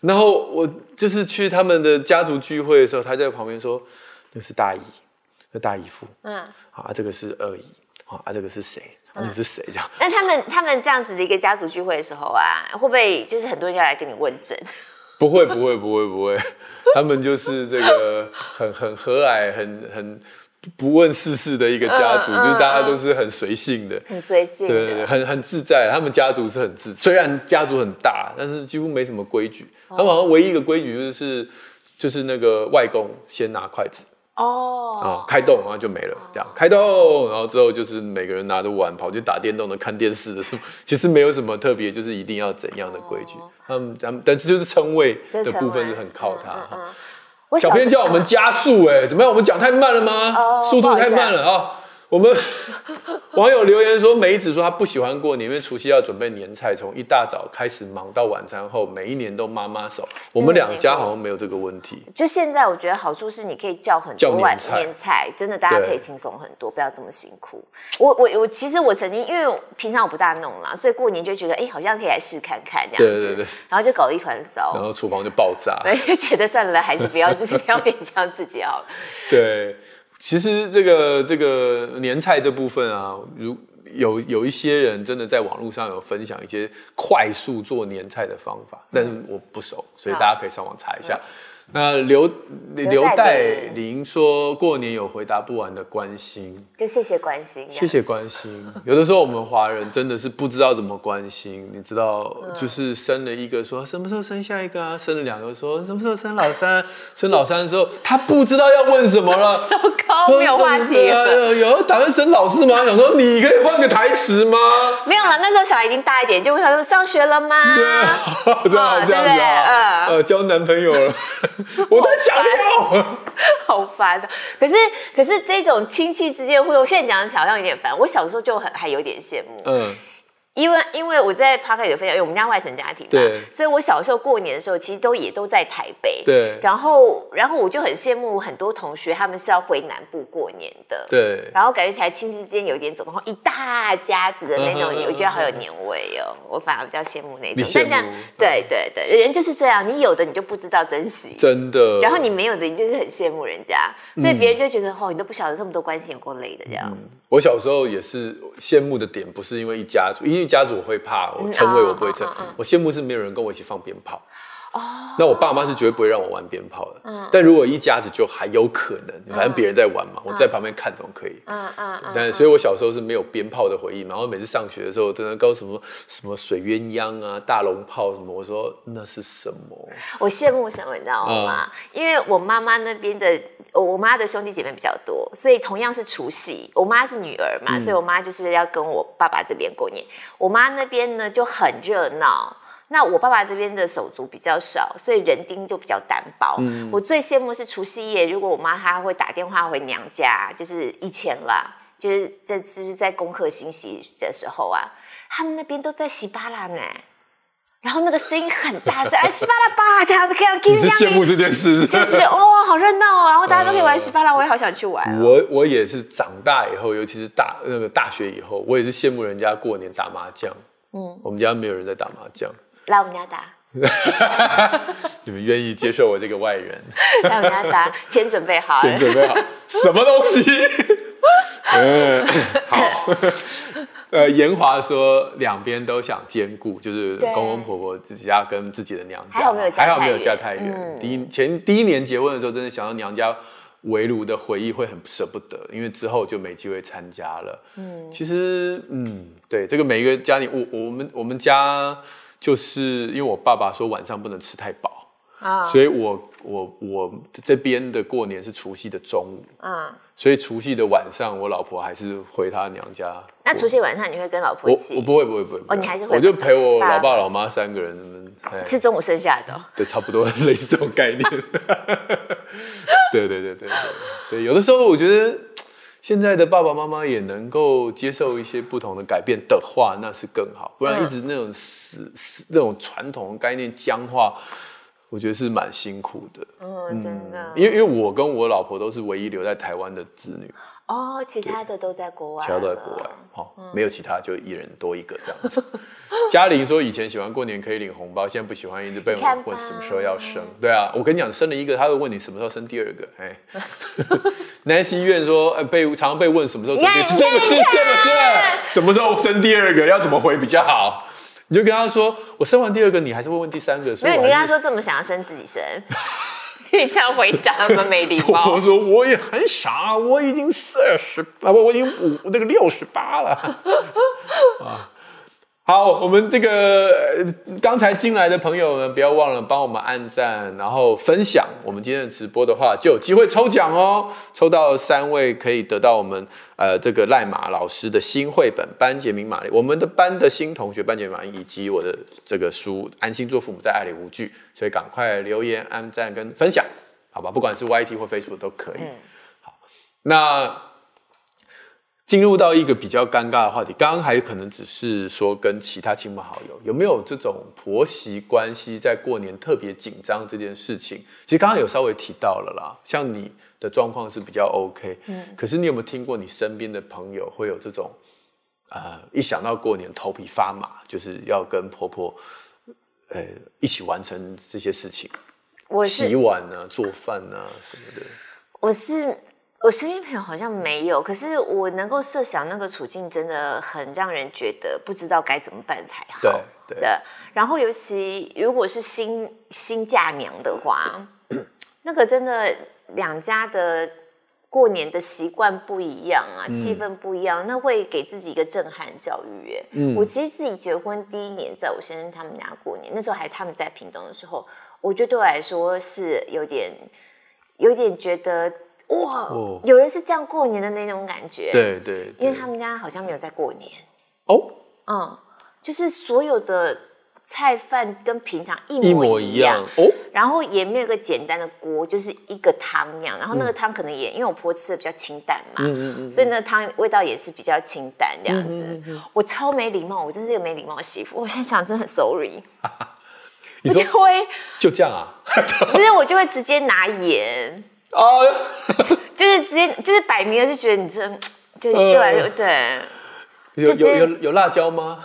A: 然后我就是去他们的家族聚会的时候，她在旁边说：“那是大姨，那大姨夫。”
B: 嗯，
A: 啊，这个是二姨，啊，这个是谁？啊，你是谁？这样，
B: 那他们他们这样子的一个家族聚会的时候啊，会不会就是很多人要来跟你问诊？
A: 不会，不会，不会，不会，他们就是这个很很和蔼，很很不问世事的一个家族，
B: 嗯嗯
A: 就是大家都是很随性的，
B: 很随性
A: 对对对，
B: 的，
A: 很很自在。他们家族是很自，虽然家族很大，但是几乎没什么规矩。他们好像唯一一个规矩就是就是那个外公先拿筷子。啊
B: 哦，，
A: 开动，然后就没了，这样开动，然后之后就是每个人拿着碗跑去打电动的、看电视的什么，其实没有什么特别，就是一定要怎样的规矩。他们他们，但这就是称谓
B: 这
A: 的
B: 成
A: 部分
B: 为
A: 是很靠它。
B: 嗯
A: 哈
B: 嗯嗯我啊
A: 小编叫我们加速、哎，怎么样？我们讲太慢了吗？
B: 哦
A: 速
B: 不
A: 度
B: 好意思
A: 太慢了啊！我们 网友留言说，梅子说她不喜欢过年，因为除夕要准备年菜，从一大早开始忙到晚餐后，每一年都妈妈手。我们
B: 对
A: 两
B: 没
A: 家
B: 错
A: 好像没有这个问题。
B: 就现在，我觉得好处是你可以叫很
A: 叫
B: 多碗
A: 年菜
B: 年菜，真的大家
A: 对
B: 可以轻松很多，不要这么辛苦。我我我，其实我曾经因为我平常我不大弄啦，所以过年就觉得哎、好像可以来试看看这
A: 对
B: 样子，
A: 对对，哦
B: 然后就搞得一团
A: 然
B: 糟，
A: 后厨房就爆炸。
B: 对，就觉得算了，还是不要 不要勉强自己好了。
A: 对，其实这个这个年菜这部分啊，如有有一些人真的在网络上有分享一些快速做年菜的方法，但是我不熟，所以大家可以上网查一下。那刘刘
B: 刘
A: 代
B: 代
A: 林说过年有回答不完的关心，
B: 就谢谢关心，这样
A: 谢 谢关心。有的时候我们华人真的是不知道怎么关心，你知道，就是生了一个说什么时候生下一个啊，生了两个说什么时候生老三啊，生老三的时候他不知道要问什么了，
B: 糟糕，没有话题
A: 对
B: 了。
A: 啊有有打算升老师吗？想说你可以换个台词吗？
B: 没有了，那时候小孩已经大一点，就问他说上学了吗？
A: 对啊，这样
B: 啊
A: 这样子啊，
B: 对
A: 呃，交男朋友了，我在想要。
B: 好烦啊！可是可是这种亲戚之间的互动，现在讲起来好像有点烦。我小时候就很还有点羡慕，
A: 嗯，
B: 因为因为我在 p a r k 有分享，因为我们家外省家庭
A: 对
B: 嘛，所以我小时候过年的时候，其实都也都在台北。
A: 对
B: 然后然后我就很羡慕很多同学，他们是要回南部过年的。。
A: 对。
B: 然后感觉台亲戚之间有点走动，然后一大家子的那种，
A: 嗯哼
B: 我觉得好有年味哦。我反而比较羡慕那
A: 你
B: 种。
A: 羡
B: 但
A: 慕
B: 这样对对对，人就是这样，你有的你就不知道珍惜。
A: 真的，
B: 然后你没有的，你就是很羡慕人家，
A: 嗯
B: 所以别人就觉得、哦，你都不晓得这么多关系有够累的这样。
A: 我小时候也是羡慕的点，不是因为一家族，因为一家族我会怕，我称谓我不会称
B: 嗯嗯嗯嗯，
A: 我羡慕是没有人跟我一起放鞭炮。哦，那我爸妈是绝对不会让我玩鞭炮的。嗯，但如果一家子就还有可能，反正别人在玩嘛，我在旁边看总可以。
B: 嗯嗯嗯，
A: 但所以，我小时候是没有鞭炮的回忆嘛。然后每次上学的时候，真的告诉什么什么水鸳鸯啊、大龙炮什么，我说那是什么？
B: 我羡慕什么，你知道吗？因为我妈妈那边的，呃我妈的兄弟姐妹比较多，所以同样是除夕，我妈是女儿嘛，所以我妈就是要跟我爸爸这边过年。我妈那边呢就很热闹。那我爸爸这边的手足比较少，所以人丁就比较单薄。我最羡慕是除夕夜，如果我妈她会打电话回娘家，就是以前啦，就是在就是在功课兴起的时候啊，他们那边都在洗巴拉呢。然后那个声音很大 声，哎，西巴拉巴，这样这样，
A: 你是羡慕这嗯件事？
B: 就是哇、好热闹啊！然后大家都可以玩 西巴拉，我也好想去玩、哦。
A: 我我也是长大以后，尤其是大那个大学以后，我也是羡慕人家过年打麻将。嗯，我们家没有人在打麻将，
B: 来我们家打，
A: 你们愿意接受我这个外人？
B: 来我们家 打，钱准备好
A: 先呃
B: 了。
A: 准备好 什么东西？嗯，好。呃，严华说两边都想兼顾，就是
B: 对
A: 公公婆婆自己家跟自己的娘家，
B: 还好没有嫁
A: 还好没有
B: 太远
A: 嫁太远。
B: 嗯
A: 第一前第一年结婚的时候，真的想到娘家围炉的回忆会很舍不得，因为之后就没机会参加了。
B: 嗯，
A: 其实，嗯，对，这个每一个家庭，我我们我们家就是因为我爸爸说晚上不能吃太饱，
B: 啊，
A: 所以我我我这边的过年是除夕的中午，
B: 嗯，
A: 所以除夕的晚上，我老婆还是回她娘家。
B: 那除夕晚上你会跟老婆
A: 我
B: 一
A: 我
B: 起
A: 不会不会不会，不
B: 哦你还是会
A: 我就陪我
B: 爸
A: 老爸老妈三个人，哎，
B: 吃中午剩下的哦？
A: 对，差不多 类似这种概念。对对对对对，所以有的时候我觉得现在的爸爸妈妈也能够接受一些不同的改变的话，那是更好，不然
B: 嗯
A: 一直那种死死那种传统的概念僵化，我觉得是蛮辛苦的。
B: 嗯，真的。
A: 因为因为我跟我老婆都是唯一留在台湾的子女，
B: 哦，其他的都在国外，嗯
A: 其他都在国外，。哦，没有其他就一人多一个这样子。嘉玲说以前喜欢过年可以领红包，现在不喜欢，一直被我
B: 你看吧
A: 问什么时候要生。对啊，我跟你讲，生了一个，他会问你什么时候生第二个。哎 ，Nancy 院说，呃，被常常被问什么时候生第二个，
B: 你看
A: 这个是这个是什么时候生第二个，要怎么回比较好？你就跟他说，我生完第二个，你还是会问第三个，所
B: 没
A: 以
B: 有，
A: 我
B: 你
A: 还
B: 跟
A: 是
B: 他说这么想要生自己生， 你这样回答他们没礼
A: 我
B: 貌
A: 婆。说我也很傻，我已经四十啊不，我已经五那个六十八了啊。好，我们这个呃刚才进来的朋友们，不要忘了帮我们按赞，然后分享我们今天的直播的话，就有机会抽奖哦，抽到三位可以得到我们呃这个赖马老师的新绘本《班杰明玛丽》，我们的班的新同学班杰明玛丽以及我的这个书《安心做父母在爱里无惧》，所以赶快留言、按赞跟分享。好吧，不管是 YT 或 Facebook 都可以。好，那进入到一个比较尴尬的话题，刚刚还可能只是说跟其他亲朋好友有没有这种婆媳关系在过年特别紧张这件事情，其实刚刚有稍微提到了啦，像你的状况是比较 OK，嗯，可是你有没有听过你身边的朋友会有这种？呃，一想到过年头皮发麻，就是要跟婆婆，呃，一起完成这些事情。
B: 我
A: 洗
B: 是
A: 碗啊、做饭啊什么的。
B: 我是我身边朋友好像没有，可是我能够设想那个处境，真的很让人觉得不知道该怎么办才好。
A: 对对
B: 的。然后尤其如果是新新嫁娘的 话，那个真的两家的过年的习惯不一样
A: 嗯
B: 啊，气氛不一样，那会给自己一个震撼教育耶。
A: 嗯
B: 我其实自己结婚第一年，在我先生他们家过年，那时候还他们在屏东的时候，我觉得对我来说是有点有点觉得哇，
A: 哦
B: 有人是这样过年的那种感觉。，
A: 对对对，
B: 因为他们家好像没有在过年。
A: 哦
B: 嗯，就是所有的菜饭跟平常一
A: 一
B: 模
A: 模
B: 一
A: 一
B: 样
A: 样，哦，
B: 然后也没有一个简单的锅，就是一个汤那样。然后那个汤可能也、因为我婆吃的比较清淡嘛，
A: 嗯嗯嗯嗯，嗯
B: 所以那个汤味道也是比较清淡这样子。我超没礼貌，我真是个没礼貌的媳妇。我现在想真的很 sorry，
A: 你
B: 我
A: 说
B: 就会，
A: 就这样啊？
B: 不是我就会直接拿盐，
A: 哦，
B: 就是直接就是摆明了就觉得你这。就
A: 嗯
B: 对我来说，对，
A: 有
B: 就
A: 有
B: 是
A: 有有辣椒 吗？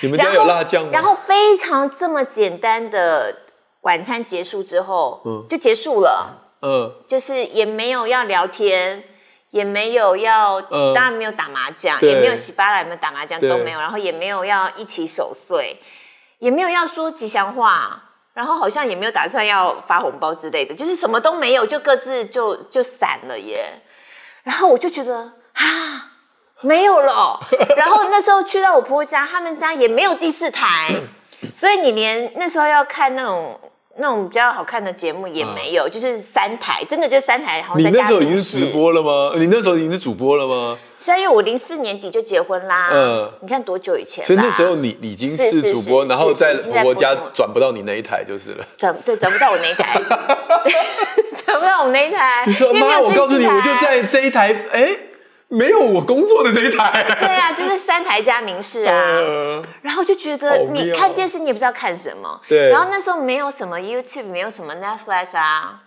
A: 你们家
B: 然
A: 有
B: 后
A: 辣酱吗？
B: 然后非常这么简单的晚餐结束之后，
A: 嗯
B: 就结束了，
A: 嗯，
B: 就是也没有要聊天，也没有要，
A: 嗯
B: 当然没有打麻将，
A: 对
B: 也没有洗巴拉，也没有打麻将
A: 对
B: 都没有，然后也没有要一起守岁，也没有要说吉祥话。然后好像也没有打算要发红包之类的，就是什么都没有，就各自就就散了耶。然后我就觉得啊，没有了。 然后那时候去到我婆婆家，他们家也没有第四台， 所以你连那时候要看那种那种比较好看的节目也没有，就是三台，真的就三台，好
A: 啊你
B: 像在
A: 那
B: 家
A: 时候已
B: 里
A: 经是直播了吗？你那时候已经是主播了吗？
B: 虽然因为我零四年底就结婚啦，
A: 嗯
B: 你看多久以前啦？
A: 所以那时候你你已经
B: 是是
A: 是主播，
B: 是
A: 然后
B: 是
A: 在
B: 是是
A: 婆婆家
B: 在播什么
A: 转不到你那一台就是了。
B: 转对转不到我那 一台，转不到我们那一台。
A: 你说
B: 因为没
A: 妈，
B: 有
A: 我告诉你，
B: 升级
A: 我
B: 台
A: 就在这一台，哎，没有我工作的这一
B: 对
A: 台。
B: 啊，就是三台加名士 啊。
A: 呃，
B: 然后就觉
A: 好
B: 得你
A: 妙
B: 看电视，你也不知道看什么。
A: 对
B: 然后那时候没有什么 YouTube，没有什么 Netflix 啊，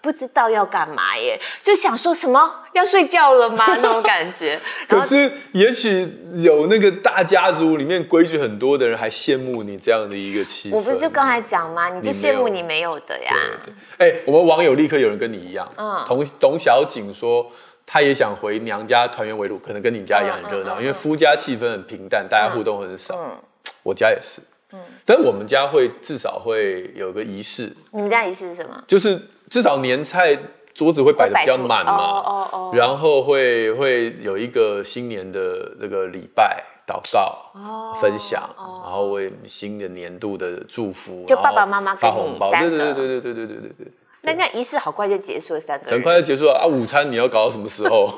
B: 不知道要干嘛耶，就想说什么要睡觉了 吗那种感觉。
A: 可
B: 然后
A: 是，也许有那个大家族里面规矩很多的人，还羡慕你这样的一个气氛。
B: 我不是就刚才讲吗？你就
A: 你没有
B: 羡慕你没有的呀。
A: 对对哎、我们网友立刻有人跟你一样，
B: 嗯
A: 嗯，董董小景说，他也想回娘家团圆围炉，可能跟你们家一样
B: 嗯
A: 很热闹，
B: 嗯嗯
A: 因为夫家气氛很平淡，大家互动很少。
B: 嗯，
A: 我家也是，嗯，但我们家会至少会有个仪式，
B: 你们家仪式是什么？
A: 就是至少年菜桌子会摆的比较
B: 出
A: 满嘛，
B: 哦哦哦，
A: 然后会会有一个新年的这个礼拜祷告、
B: 哦
A: 分享，
B: 哦
A: 然后为新的年度的祝福，
B: 就
A: 然后
B: 爸爸妈妈跟
A: 发
B: 你
A: 红包，
B: 三
A: 对
B: 个
A: 对对对对对对对对对，
B: 那那仪式好快就结束了，三个人。
A: 很快就结束了啊！午餐你要搞到什么时 候？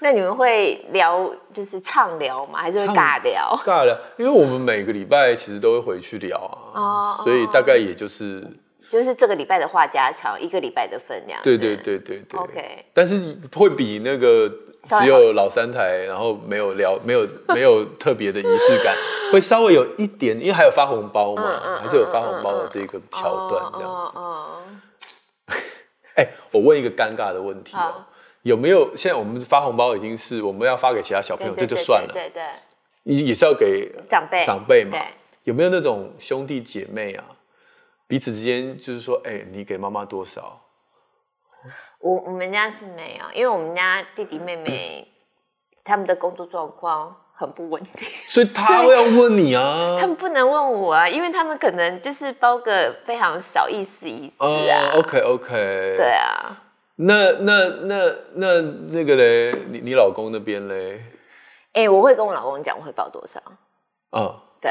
B: 那你们会聊，就是畅聊吗？还是会
A: 畅
B: 尬聊？
A: 尬聊，因为我们每个礼拜其实都会回去聊啊，
B: 哦
A: 所以大概也就是
B: 就是这个礼拜的话家常，一个礼拜的分量。
A: 对对对对对
B: OK
A: 但是会比那个
B: 稍微
A: 只有老三台，然后没有聊，没 有没有特别的仪式 感，会稍微有一点，因为还有发红包嘛，
B: 嗯嗯嗯
A: 还是有发红包的这个桥段这样。
B: 哦哦哦
A: 哎、我问一个尴尬的问题哦、
B: 好
A: 有没有现在我们发红包已经是我们要发给其他小朋
B: 对
A: 友，
B: 对
A: 这
B: 对
A: 就算了，
B: 对对对，
A: 也也是要给
B: 长辈
A: 长辈嘛
B: 对。
A: 有没有那种兄弟姐妹啊，彼此之间就是说，哎、你给妈妈多少？
B: 我我们家是没有，因为我们家弟弟妹妹他们的工作状况很不稳定，
A: 所以他会要问你啊，
B: 他们不能问我啊，因为他们可能就是包个非常小意思意思啊。
A: o k OK，
B: 对
A: 哦
B: 啊，
A: 那那那那那个嘞，你你老公那边嘞，
B: 哎、我会跟我老公讲我会报多少，
A: 啊、
B: 对。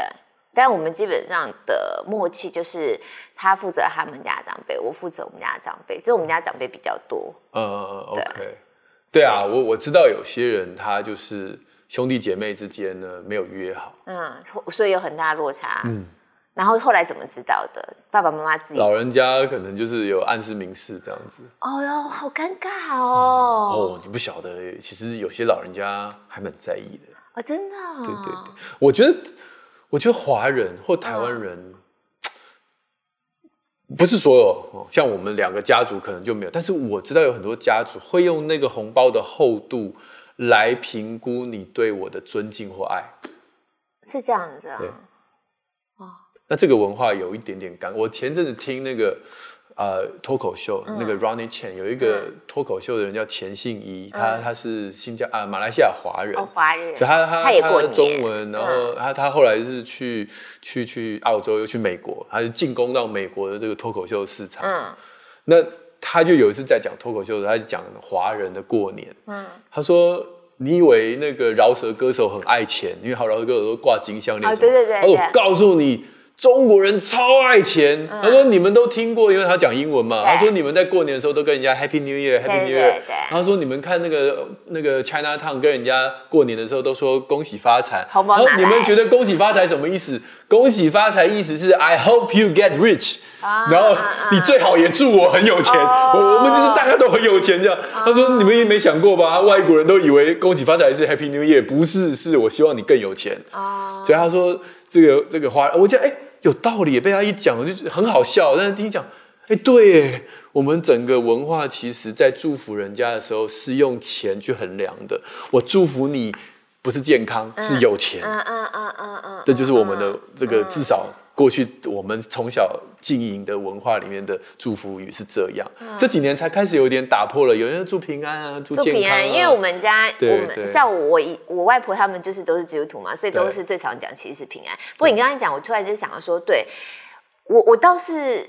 B: 但我们基本上的默契就是，他负责他们家的长辈，我负责我们家的长辈，只有我们家长辈比较多。
A: 嗯、呃，OK，对啊，我我知道有些人他就是兄弟姐妹之间呢没有约好，
B: 嗯，所以有很大的落差。嗯，然后后来怎么知道的？爸爸妈妈自己
A: 老人家可能就是有暗示明示这样子。
B: 哦哟，好尴尬哦！
A: 哦，你不晓得，其实有些老人家还蛮在意的。
B: 哦，真的、哦，
A: 对对对，我觉得，我觉得华人或台湾人，不是所有哦，像我们两个家族可能就没有，但是我知道有很多家族会用那个红包的厚度来评估你对我的尊敬或爱。
B: 是这样子啊、
A: 对那这个文化有一点点干。我前阵子听那个呃脱口秀，那个 Ronnie Chan 有一个脱口秀的人叫钱信怡，他他是新加啊马来西亚华人，
B: 哦，华人，
A: 所以他他
B: 他也过
A: 的
B: 年嗯
A: 中文，然后他他后来是去去去澳洲，又去美国，他就进攻到美国的这个脱口秀市场。
B: 嗯
A: 那他就有一次在讲脱口秀的时候，他就讲华人的过年，
B: 嗯，
A: 他说。你以为那个饶舌歌手很爱钱，因为好饶舌歌手都挂金项链
B: 哦
A: 什么。
B: 对对对
A: 他说：“我
B: 对
A: 告诉你，中国人超爱钱。他说：“你们都听过，因为他讲英文嘛。
B: 嗯对
A: 他说：“你们在过年的时候都跟人家 Happy New Year，
B: 对
A: Happy
B: 对
A: New
B: 对
A: Year，
B: 对
A: 然后说你们看那个那个 China Town 跟人家过年的时候都说恭喜发财，
B: 红包拿来
A: 然后你们觉得恭喜发财什么意思？恭喜发财意思是 I hope you get rich，、
B: 啊
A: 然后
B: 啊啊
A: 你最好也祝我很有钱，
B: 哦
A: 我我们就是大家都很有钱这样。
B: 啊
A: 他说你们也没想过吧？外国人都以为恭喜发财是 Happy New Year，不是，是我希望你更有钱。
B: 啊、
A: 所以他说这个这个花，我觉得哎、有道理，被他一讲我就很好笑。但是听一讲，哎、对耶，我们整个文化其实在祝福人家的时候是用钱去衡量的。我祝福你不是健康，是有钱，
B: 嗯嗯嗯嗯嗯，
A: 这就是我们的这个至少过去我们从小经营的文化里面的祝福语是这样。这几年才开始有点打破了，有人祝平安啊，祝
B: 嗯祝
A: 健
B: 平
A: 康、啊，
B: 安，因为我们家
A: 对
B: 我
A: 对
B: 们像我我姨我外婆他们就是都是基督徒嘛，所以都
A: 对
B: 是最常讲其实是平安。不过你刚才讲，我突然就想到说，对我我倒是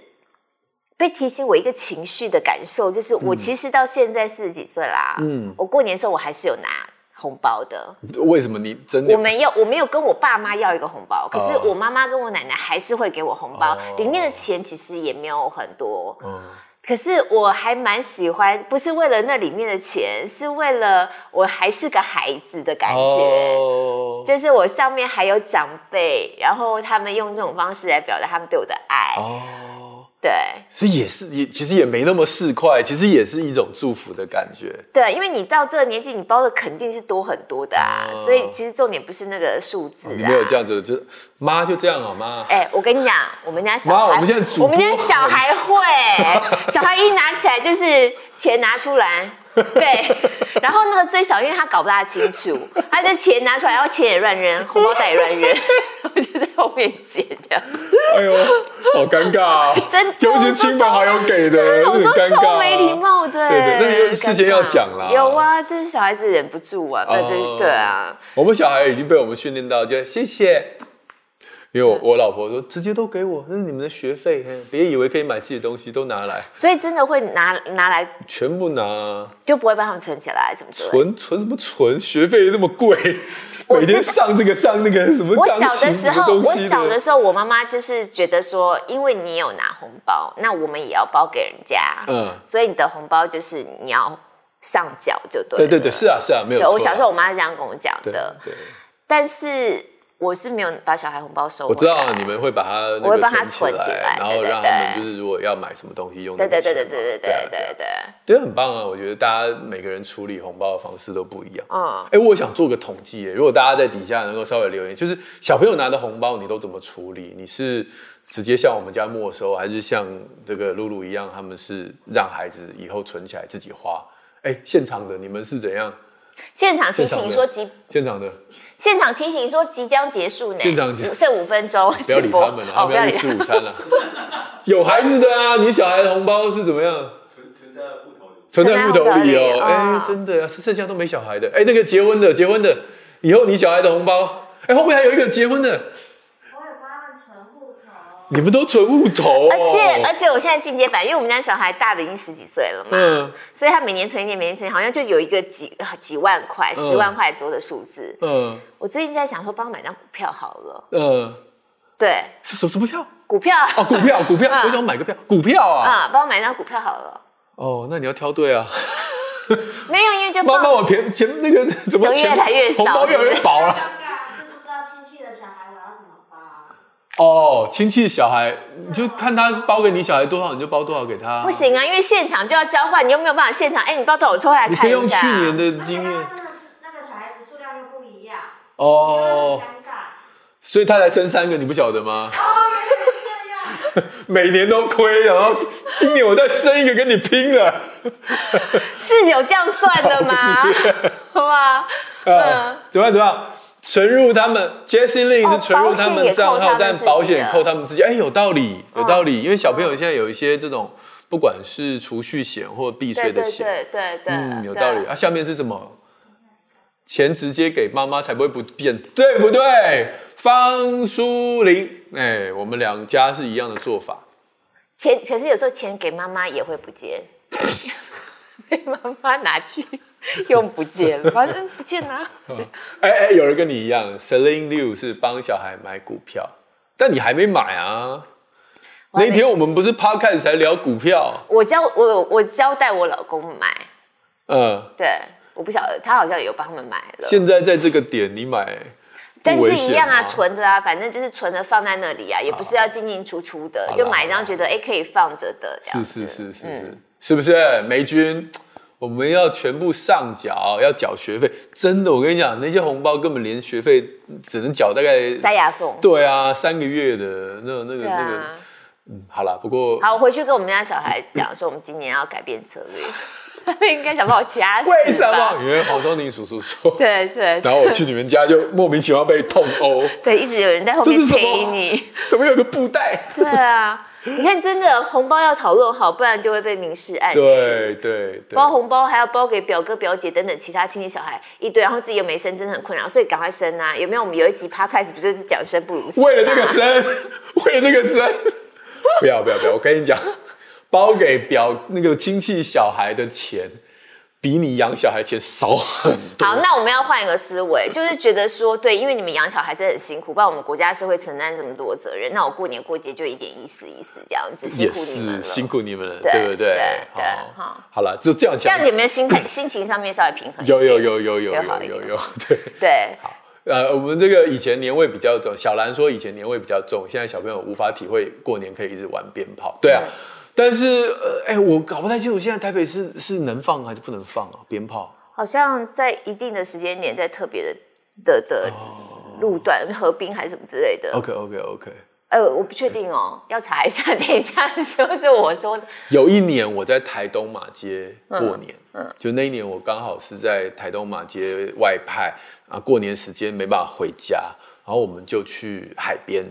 B: 被提醒我一个情绪的感受，就是
A: 嗯
B: 我其实到现在四十几岁啦，嗯，我过年的时候我还是有拿红包的，
A: 为什么你真的
B: 我没有，我没有跟我爸妈要一个红包，可是
A: 哦
B: 我妈妈跟我奶奶还是会给我红包，
A: 哦
B: 里面的钱其实也没有很多，
A: 嗯
B: 可是我还蛮喜欢，不是为了那里面的钱，是为了我还是个孩子的感觉。
A: 哦
B: 就是我上面还有长辈，然后他们用这种方式来表达他们对我的爱，
A: 哦
B: 对
A: 所以也是也其实也没那么市侩，其实也是一种祝福的感觉。
B: 对，啊因为你到这个年纪，你包的肯定是多很多的啊，
A: 哦
B: 所以其实重点不是那个数字、啊
A: 你没有这样子，就是妈就这样啊，妈。
B: 哎、我跟你讲，我们家小
A: 妈
B: 孩，
A: 我们现在主播
B: 我们家小 孩会，小孩一拿起来就是钱拿 出来，对，然后那个最小，因 为他搞不大清楚，他就钱拿出来，然后钱也乱扔，红包袋也乱扔，我就在我辩解的。
A: 哎呦，好尴尬、哦，
B: 真的
A: 尤其亲朋好友给的，
B: 我
A: 有点
B: 说
A: 尴尬、哦
B: 超没礼貌的、欸，
A: 对对那有事情
B: 尴尬
A: 要讲啦
B: 有啊，就是小孩子忍不住啊，对对、
A: 哦
B: 对啊，
A: 我们小孩已经被我们训练到，就谢谢。因为我我老婆说直接都给我，那是你们的学费，嘿别以为可以买自己的东西，都拿来，
B: 所以真的会拿拿来
A: 全部拿，
B: 就不会帮他们存起来什么之类的。
A: 存存什么存？学费那么贵，
B: 我
A: 每天上这个上那个什么
B: 我
A: 钢琴
B: 小的时
A: 什么
B: 候，
A: 东西
B: 我小的时候，我妈妈就是觉得说，因为你有拿红包，那我们也要包给人家，
A: 嗯，
B: 所以你的红包就是你要上缴就对
A: 对
B: 了。
A: 对对，是啊是啊，没有
B: 对
A: 错啊。
B: 我小时候我妈是这样跟我讲
A: 对
B: 的，
A: 对，
B: 但是我是没有把小孩红包收回
A: 我
B: 来。
A: 知道你们会把它那个
B: 我会帮它
A: 存
B: 存起来
A: 然后
B: 对对
A: 让他们
B: 对
A: 就是如果要买什么东西用那
B: 对
A: 个钱
B: 对对
A: 嘛。
B: 对对对
A: 啊
B: 对
A: 对啊
B: 对对，
A: 对，很棒啊！我觉得大家每个人处理红包的方式都不一样。
B: 嗯，
A: 哎、我想做个统计耶，如果大家在底下能够稍微留言，就是小朋友拿的红包你都怎么处理？你是直接像我们家没收，还是像这个露露一样，他们是让孩子以后存起来自己花？哎、现场的你们是怎样？
B: 现场
A: 现
B: 提
A: 场
B: 醒
A: 的
B: 说即
A: 现场的
B: 现场提醒说即将结束呢，
A: 现场结
B: 剩五分钟
A: 不要
B: 直
A: 理
B: 播，
A: 他们了、他
B: 哦，不
A: 们
B: 要
A: 要
B: 理
A: 去
B: 他
A: 吃午餐了、 有孩子的啊，你小孩的红包是怎么样？
C: 存存在户头里。
A: 存在户头里哦，哎、
B: 哦
A: 真的啊，是剩下都没小孩的。哎、那个结婚的，结婚的，以后你小孩的红包，哎、后面还有一个结婚的，
D: 我有帮他们存户头，
A: 你们都存户头、哦，
B: 而且而且我现在进阶版，因为我们家小孩大的已经十几岁了嘛，
A: 嗯
B: 所以他每年存一点，每年存一点，好像就有一个几呃几万块、十万块左右的数字。
A: 嗯
B: 我最近在想说，帮他买张股票好了。
A: 嗯，
B: 对，
A: 是什什么票？
B: 股票
A: 哦，股票，股票，
B: 嗯
A: 我想买个票，股票啊。
B: 啊，帮我买张股票好了。
A: 哦，那你要挑对啊，
B: 没有，因为就
A: 妈妈，
B: 帮
A: 我钱钱那个怎 么
B: 怎么
A: 钱
B: 越来越少
A: 红包越来越薄了。
D: 尴尬是不知道亲戚的小孩我要怎么啊 包。
A: 哦，亲戚小孩，你就看他是包给你小孩多少，你就包多少给他。
B: 不，行啊，因为现场就要交换，你又没有办法现场。哎，你报道我抽来
A: 你可
B: 看
A: 以用
B: 一
A: 去
B: 下。
A: 年的
D: 而且
A: 经
D: 他
A: 验
D: 们生的是那个小孩子数量又不一样，
A: 哦，
D: 很尴尬。
A: 所以他才生三个，你不晓得 吗？
D: 哦，原来是这样。
A: 每年都亏，然后今年我再生一个跟你拼了。
B: 是有这样算的 吗
A: 不是？
B: 好 吧，
A: 啊，怎么样？怎么样？存入他们 Jesse Lin
B: 嗯哦
A: 是存入他们账号，
B: 保险也
A: 但保险扣
B: 扣他们自己的嗯
A: 他们自己。哎，有道理，有道理。因为小朋友现在有一些这种，不管是储蓄险或避税
B: 对
A: 的
B: 对
A: 险，
B: 对对对，
A: 嗯，有
B: 对
A: 道理。啊，下面是什么？钱直接给妈妈才不会不变，对不对？方淑玲，哎，我们两家是一样的做法。
B: 钱，可是有时候钱给妈妈也会 不见， 被妈妈拿去用不见了，反正不见啊啦、
A: 哎哎，有人跟你一样，Celine Liu 是帮小孩买股票，但你还没买啊。那
B: 我还没
A: 一天我们不是 podcast 才聊股票，
B: 我交我我交代我老公买，
A: 嗯，
B: 对，我不晓得他好像有帮他们买了，
A: 现在在这个点你买
B: 但
A: 不危
B: 是
A: 险吗，
B: 一样啊，存着啊，反正就是存着放在那里啊，也不是要进进出出的，
A: 啦
B: 就买一张觉得哎、诶可以放着的这样
A: 是
B: 子。
A: 是是是
B: 嗯
A: 是，是不是？梅君，我们要全部上缴，要缴学费。真的，我跟你讲，那些红包根本连学费只能缴大概
B: 塞牙缝。
A: 对啊，三个月的那那个、那
B: 对
A: 个
B: 啊，，
A: 嗯好啦，不过
B: 好，我回去跟我们家小孩讲说，我们今年要改变策 略。他们应该想把我掐死。
A: 为什？么？因为黄忠宁叔叔说，
B: 对对
A: 然后我去你们家就莫名其妙被痛殴，
B: 对，一直有人在后面
A: 这是什么
B: 催你。
A: 怎么有个布袋？
B: 对啊，你看，真的红包要讨论好，不然就会被明示暗示。
A: 对对对，
B: 包红包还要包给表哥表姐等等其他亲戚小孩一堆，然后自己又没生，真的很困扰，所以赶快生啊！有没有？我们有一集 podcast 不就是讲生不如死？
A: 为了这个生，为了这个生，不要不要不要！我跟你讲，包给表那个亲戚小孩的钱，比你养小孩钱少很多。
B: 好，那我们要换一个思维，就是觉得说，对，因为你们养小孩真的很辛苦，不然我们国家社会承担这么多责任，那我过年过节就一点意思意思这样子，辛
A: 也
B: 苦你们
A: 是
B: 了。
A: 辛苦你们了，
B: 对
A: 对不对
B: 对？对
A: 好
B: 好，
A: 好了，就这样
B: 这
A: 讲
B: 样。有没有心态、心情上面稍微平衡？
A: 有有。有有有
B: 有
A: 有
B: 好一点
A: 有有，对。
B: 对，
A: 呃，我们这个以前年味比较重，小兰说以前年味比较重，现在小朋友无法体会过年可以一直玩鞭炮，对啊。但是呃，哎、我搞不太清楚现在台北市是能放还是不能放啊？鞭炮
B: 好像在一定的时间点，在特别的的的
A: 哦
B: 路段，合并还是什么之类的。
A: ？OK OK OK。
B: 呃，我不确定哦，要查一下。 等一下是不是我说的？
A: 有一年我在台东马街过年，就那一年我刚好是在台东马街外派啊，过年时间没办法回家，然后我们就去海边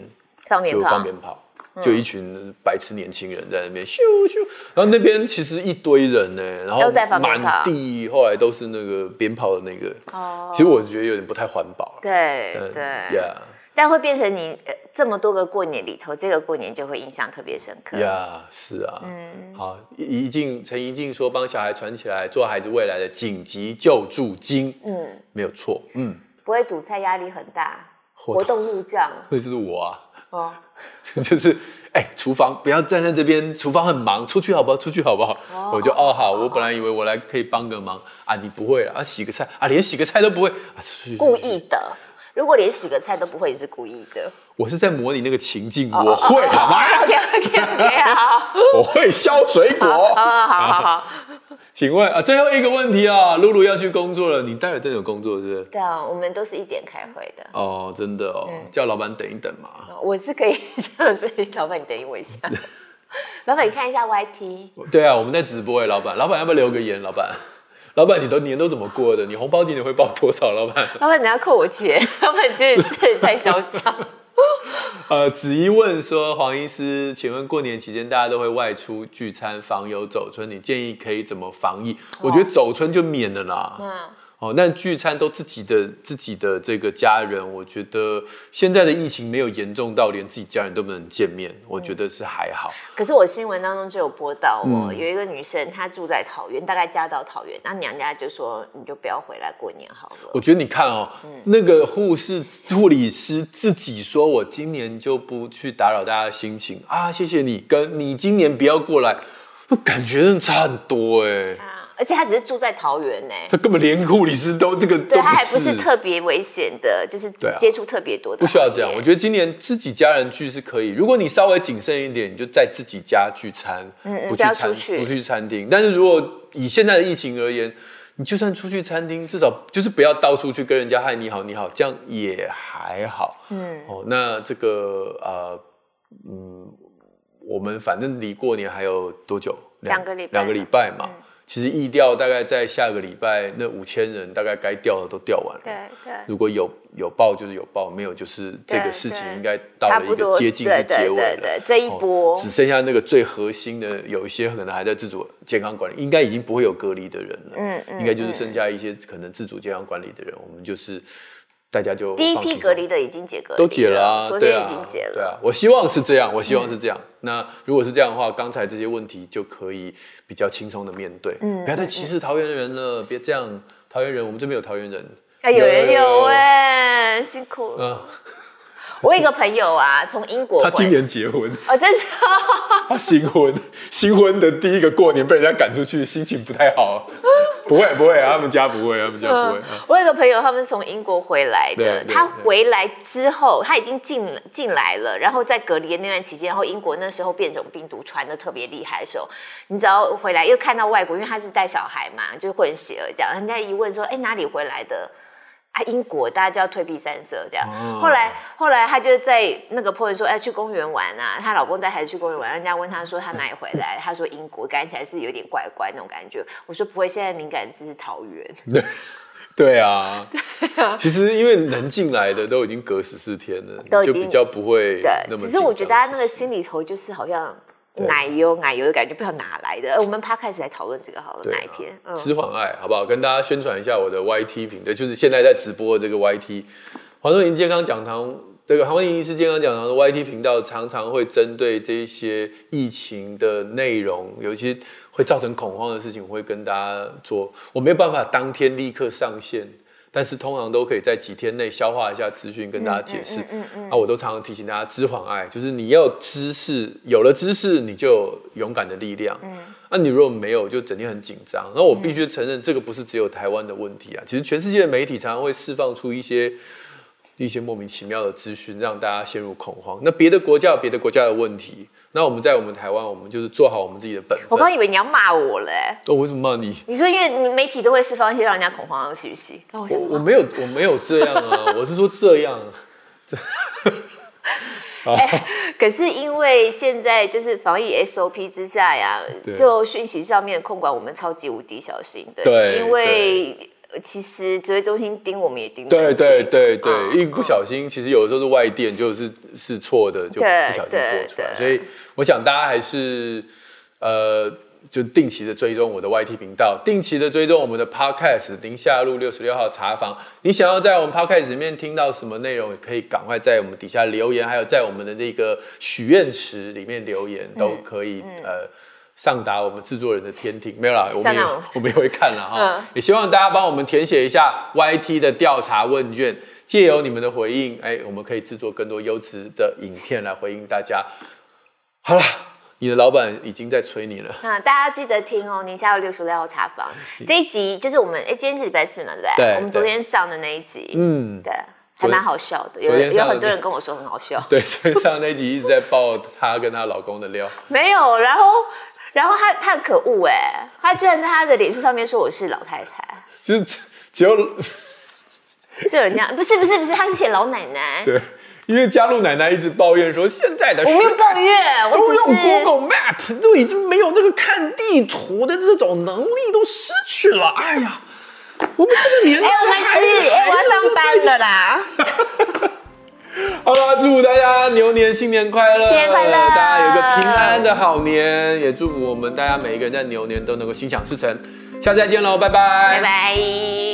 B: 放鞭
A: 就
B: 炮
A: 放，鞭炮，就
B: 嗯
A: 一群白痴年轻人在那边咻咻，然后那边其实一堆人呢、然后
B: 都在放鞭炮
A: 满地后来都是那个鞭炮的那个，
B: 哦
A: 其实我觉得有点不太环保了。
B: 对
A: 嗯
B: 对
A: 呀
B: 但会变成你、呃、这么多个过年里头，这个过年就会印象特别深刻。
A: 呀，是啊，
B: 嗯，
A: 好，一静陈一静说帮小孩存起来做孩子未来的紧急救助金，
B: 嗯，
A: 没有错，嗯，
B: 不会煮菜压力很大，
A: 活
B: 活动入账
A: 那就是我啊。
B: 哦，
A: 就是哎、厨房不要站在这边，厨房很忙，出去好不好？出去好不好？
B: 哦
A: 我就哦好，我本来以为我来可以帮个忙啊，你不会啊，啊洗个菜啊，连洗个菜都不会啊，出去
B: 故。
A: 出去
B: 意的。如果连洗个菜都不会，你是故意的。
A: 我是在模拟那个情境，
B: 哦
A: 我会好 吗？
B: OK OK OK，好，
A: 我会削水
B: 好，
A: 果。
B: 好，好，好，好。
A: 请问啊，最后一个问题啊，露露要去工作了，你待会真的有工作是不是？
B: 对啊，我们都是一点开会的。
A: 哦，真的哦，叫老板等一等嘛。
B: 我是可以 这样，所以老板你等我一下。老板，你看一下 YT，
A: 对啊，我们在直播哎，老板，老板要不要留个言？老板，老板，你都年都怎么过的？你红包今年会包多少？老板。
B: 老板你要扣我 钱，老板你觉得这也太嚣张。
A: 呃，子怡问说，黄医师，请问过年期间大家都会外出聚餐、访友、走春，你建议可以怎么防疫？我觉得走春就免了啦。
B: 嗯，
A: 哦，那聚餐都自己的自己的这个家人，我觉得现在的疫情没有严重到连自己家人都不能见面，我觉得是还好。
B: 可是我新闻当中就有播到哦，
A: 嗯
B: 有一个女生她住在桃园，大概嫁到桃园，那娘家就说你就不要回来过年好
A: 我
B: 了。
A: 觉得你看哦，那个护士、护理师自己说，我今年就不去打扰大家的心情啊，谢谢你，跟你今年不要过来，我感觉真的差很多哎、
B: 啊，而且她只是住在桃园呢、
A: 他根本连护理师都这个
B: 对，
A: 都
B: 她还不
A: 不
B: 是特别危险的，就是
A: 对啊
B: 接触特别多的
A: 不
B: 行
A: 需
B: 业。
A: 要这样。我觉得今年自己家人聚是可以，如果你稍微谨慎一点，你就在自己家聚餐，
B: 嗯嗯
A: 不
B: 不
A: 去
B: 要
A: 餐
B: 出去
A: 不去餐厅。但是如果以现在的疫情而言，你就算出去餐厅，至少就是不要到处去跟人家嗨你好你好，这样也还好。
B: 嗯，
A: 哦，那这个呃，嗯，我们反正离过年还有多久？
B: 两个礼拜嗯
A: 两个礼拜嘛。其实意调大概在下个礼拜，那五千人大概该调的都调完了。
B: 对对。
A: 如果有有报就是有报，没有就是这个
B: 对
A: 事情
B: 对
A: 应该到
B: 差
A: 了一
B: 不
A: 个
B: 多，
A: 接
B: 对
A: 近是
B: 对
A: 结尾
B: 对
A: 了。
B: 对，这一波
A: 哦，只剩下那个最核心的，有一些可能还在自主健康管理，应该已经不会有隔离的人了。
B: 嗯嗯
A: 应该就是
B: 嗯
A: 剩下一些可能自主健康管理的人，我们就是大家就
B: 第一
A: 放
B: 批
A: 轻
B: 隔
A: 松
B: 离的已经解隔离
A: 都解了啊，
B: 昨
A: 对
B: 天已
A: 啊
B: 经解
A: 对啊，
B: 了。
A: 我希望是这样，我希望是这样。那如果是这样的话，刚才这些问题就可以比较轻松的面对，
B: 嗯
A: 不要再歧视桃园人了，别这样，桃园人，我们这边有桃园人，
B: 哎，有人有
A: 哎，
B: 哎、辛 苦了。
A: 嗯，
B: 我有一个朋友啊，从英国
A: 他
B: 回，
A: 今年结婚，
B: 哦，真的，
A: 他新婚，新婚的第一个过年被人家赶出去，心情不太 好。不会不会，他们家不会，他们家不会。啊
B: 嗯 我有一个朋友，他们从英国回来的
A: 对，对
B: 他回来之后，他已经进进来了，然后在隔离的那段期间，然后英国那时候变种病毒传的特别厉害的时候，你只要回来又看到外国，因为他是带小孩嘛，就混血儿这样，人家一问说，哎，哪里回来的？啊，英国大家就要退避三舍这样。
A: 哦
B: 后来，后来她就在那个 po 文说，哎，去公园玩啊。她老公带孩子去公园玩，啊人家问她说她哪里回来，她说英国，感觉起来是有点怪怪那种感觉。我说不会，现在敏感字是桃园。
A: 对啊，其实因为能进来的都已经隔十四天了，
B: 都
A: 你就
B: 已经
A: 比较不会那
B: 对，
A: 么紧张。
B: 只是我觉得大家那个心里头就是好像
A: 对
B: 奶油奶油的感觉，不知道哪来的。呃我们趴开始来讨论这个好了，
A: 对啊
B: 哪一天？嗯，
A: 知缓爱，好不好？跟大家宣传一下我的 YT 频道，就是现在在直播的这个 YT 黄仲莹健康讲堂。这个黄仲莹医师健康讲堂的 YT 频道常常会针对这一些疫情的内容，有一些会造成恐慌的事情，我会跟大家做。我没有办法当天立刻上线，但是通常都可以在几天内消化一下资讯，跟大家解释。
B: 嗯嗯，
A: 啊，我都常常提醒大家，知缓爱就是你要有知识，有了知识，你就有勇敢的力量。嗯，啊，你如果没有，就整天很紧张。那我必
B: 嗯
A: 须承认，这个不是只有台湾的问题啊，其实全世界的媒体常常会释放出一些一些莫名其妙的资讯，让大家陷入恐慌。那别的国家有别的国家的问题，那我们在我们台湾，我们就是做好我们自己的本分。
B: 我刚以为你要骂我嘞。
A: 哦我为什么骂你？
B: 你说，因为你媒体都会释放一些让人家恐慌的讯息。那我想
A: 我我没有我没有这样啊，我是说这样。
B: 哎可是因为现在就是防疫 SOP 之下呀
A: 对，
B: 就讯息上面的控管我们超级无敌小心的，
A: 对
B: 因为其实指挥中心盯我们也盯得
A: 对
B: 很
A: 对
B: 紧
A: 对对，
B: 嗯
A: 一不小心，其实有的时候是外电就是是错的，就
B: 对
A: 不小心播出来。
B: 对对
A: 所以我想大家还是呃，就定期的追踪我的 YT 频道，定期的追踪我们的 Podcast 宁夏路六十六号茶房。你想要在我们 Podcast 里面听到什么内容，也可以赶快在我们底下留言，还有在我们的那个许愿池里面留言，
B: 嗯
A: 都可以、呃。上达我们制作人的天庭没有啦，我们也
B: 上达我们
A: 我们也会看了哈、
B: 嗯
A: 也希望大家帮我们填写一下 YT 的调查问卷，借由你们的回应，哎，我们可以制作更多优质的影片来回应大家。好了，你的老板已经在催你了，
B: 那大家记得听哦，宁夏有六十六号茶房这一集就是我们哎，今天是礼拜四嘛，对不对？
A: 对
B: 我们昨天上的那一集，
A: 嗯，
B: 对，还
A: 昨
B: 蛮好笑的，
A: 昨
B: 有
A: 天
B: 有
A: 上的
B: 很多人跟我说很好笑，
A: 对，所以上那集一直在爆她跟她老公的料，
B: 没有，然后然后他他很可恶哎，他居然在他的脸书上面说我是老太太，
A: 只只只有
B: 是有人这样，不是不是不是，他是写老奶奶，
A: 对，因为嘉露奶奶一直抱怨说现在的
B: 我没
A: 时
B: 有抱怨，
A: 都
B: 我只
A: 用
B: 哎是
A: Google Map 都已经没有这个看地图的这种能力都失去了。哎呀，我们这个年代
B: 哎，我们
A: 还是
B: 是哎，我要上班了
A: 哎
B: 啦。
A: 好啦，祝大家牛年新年快乐，
B: 新年快乐
A: 大家有一个平安的好年，也祝福我们大家每一个人在牛年都能够心想事成。下次再见喽，拜拜，
B: 拜拜。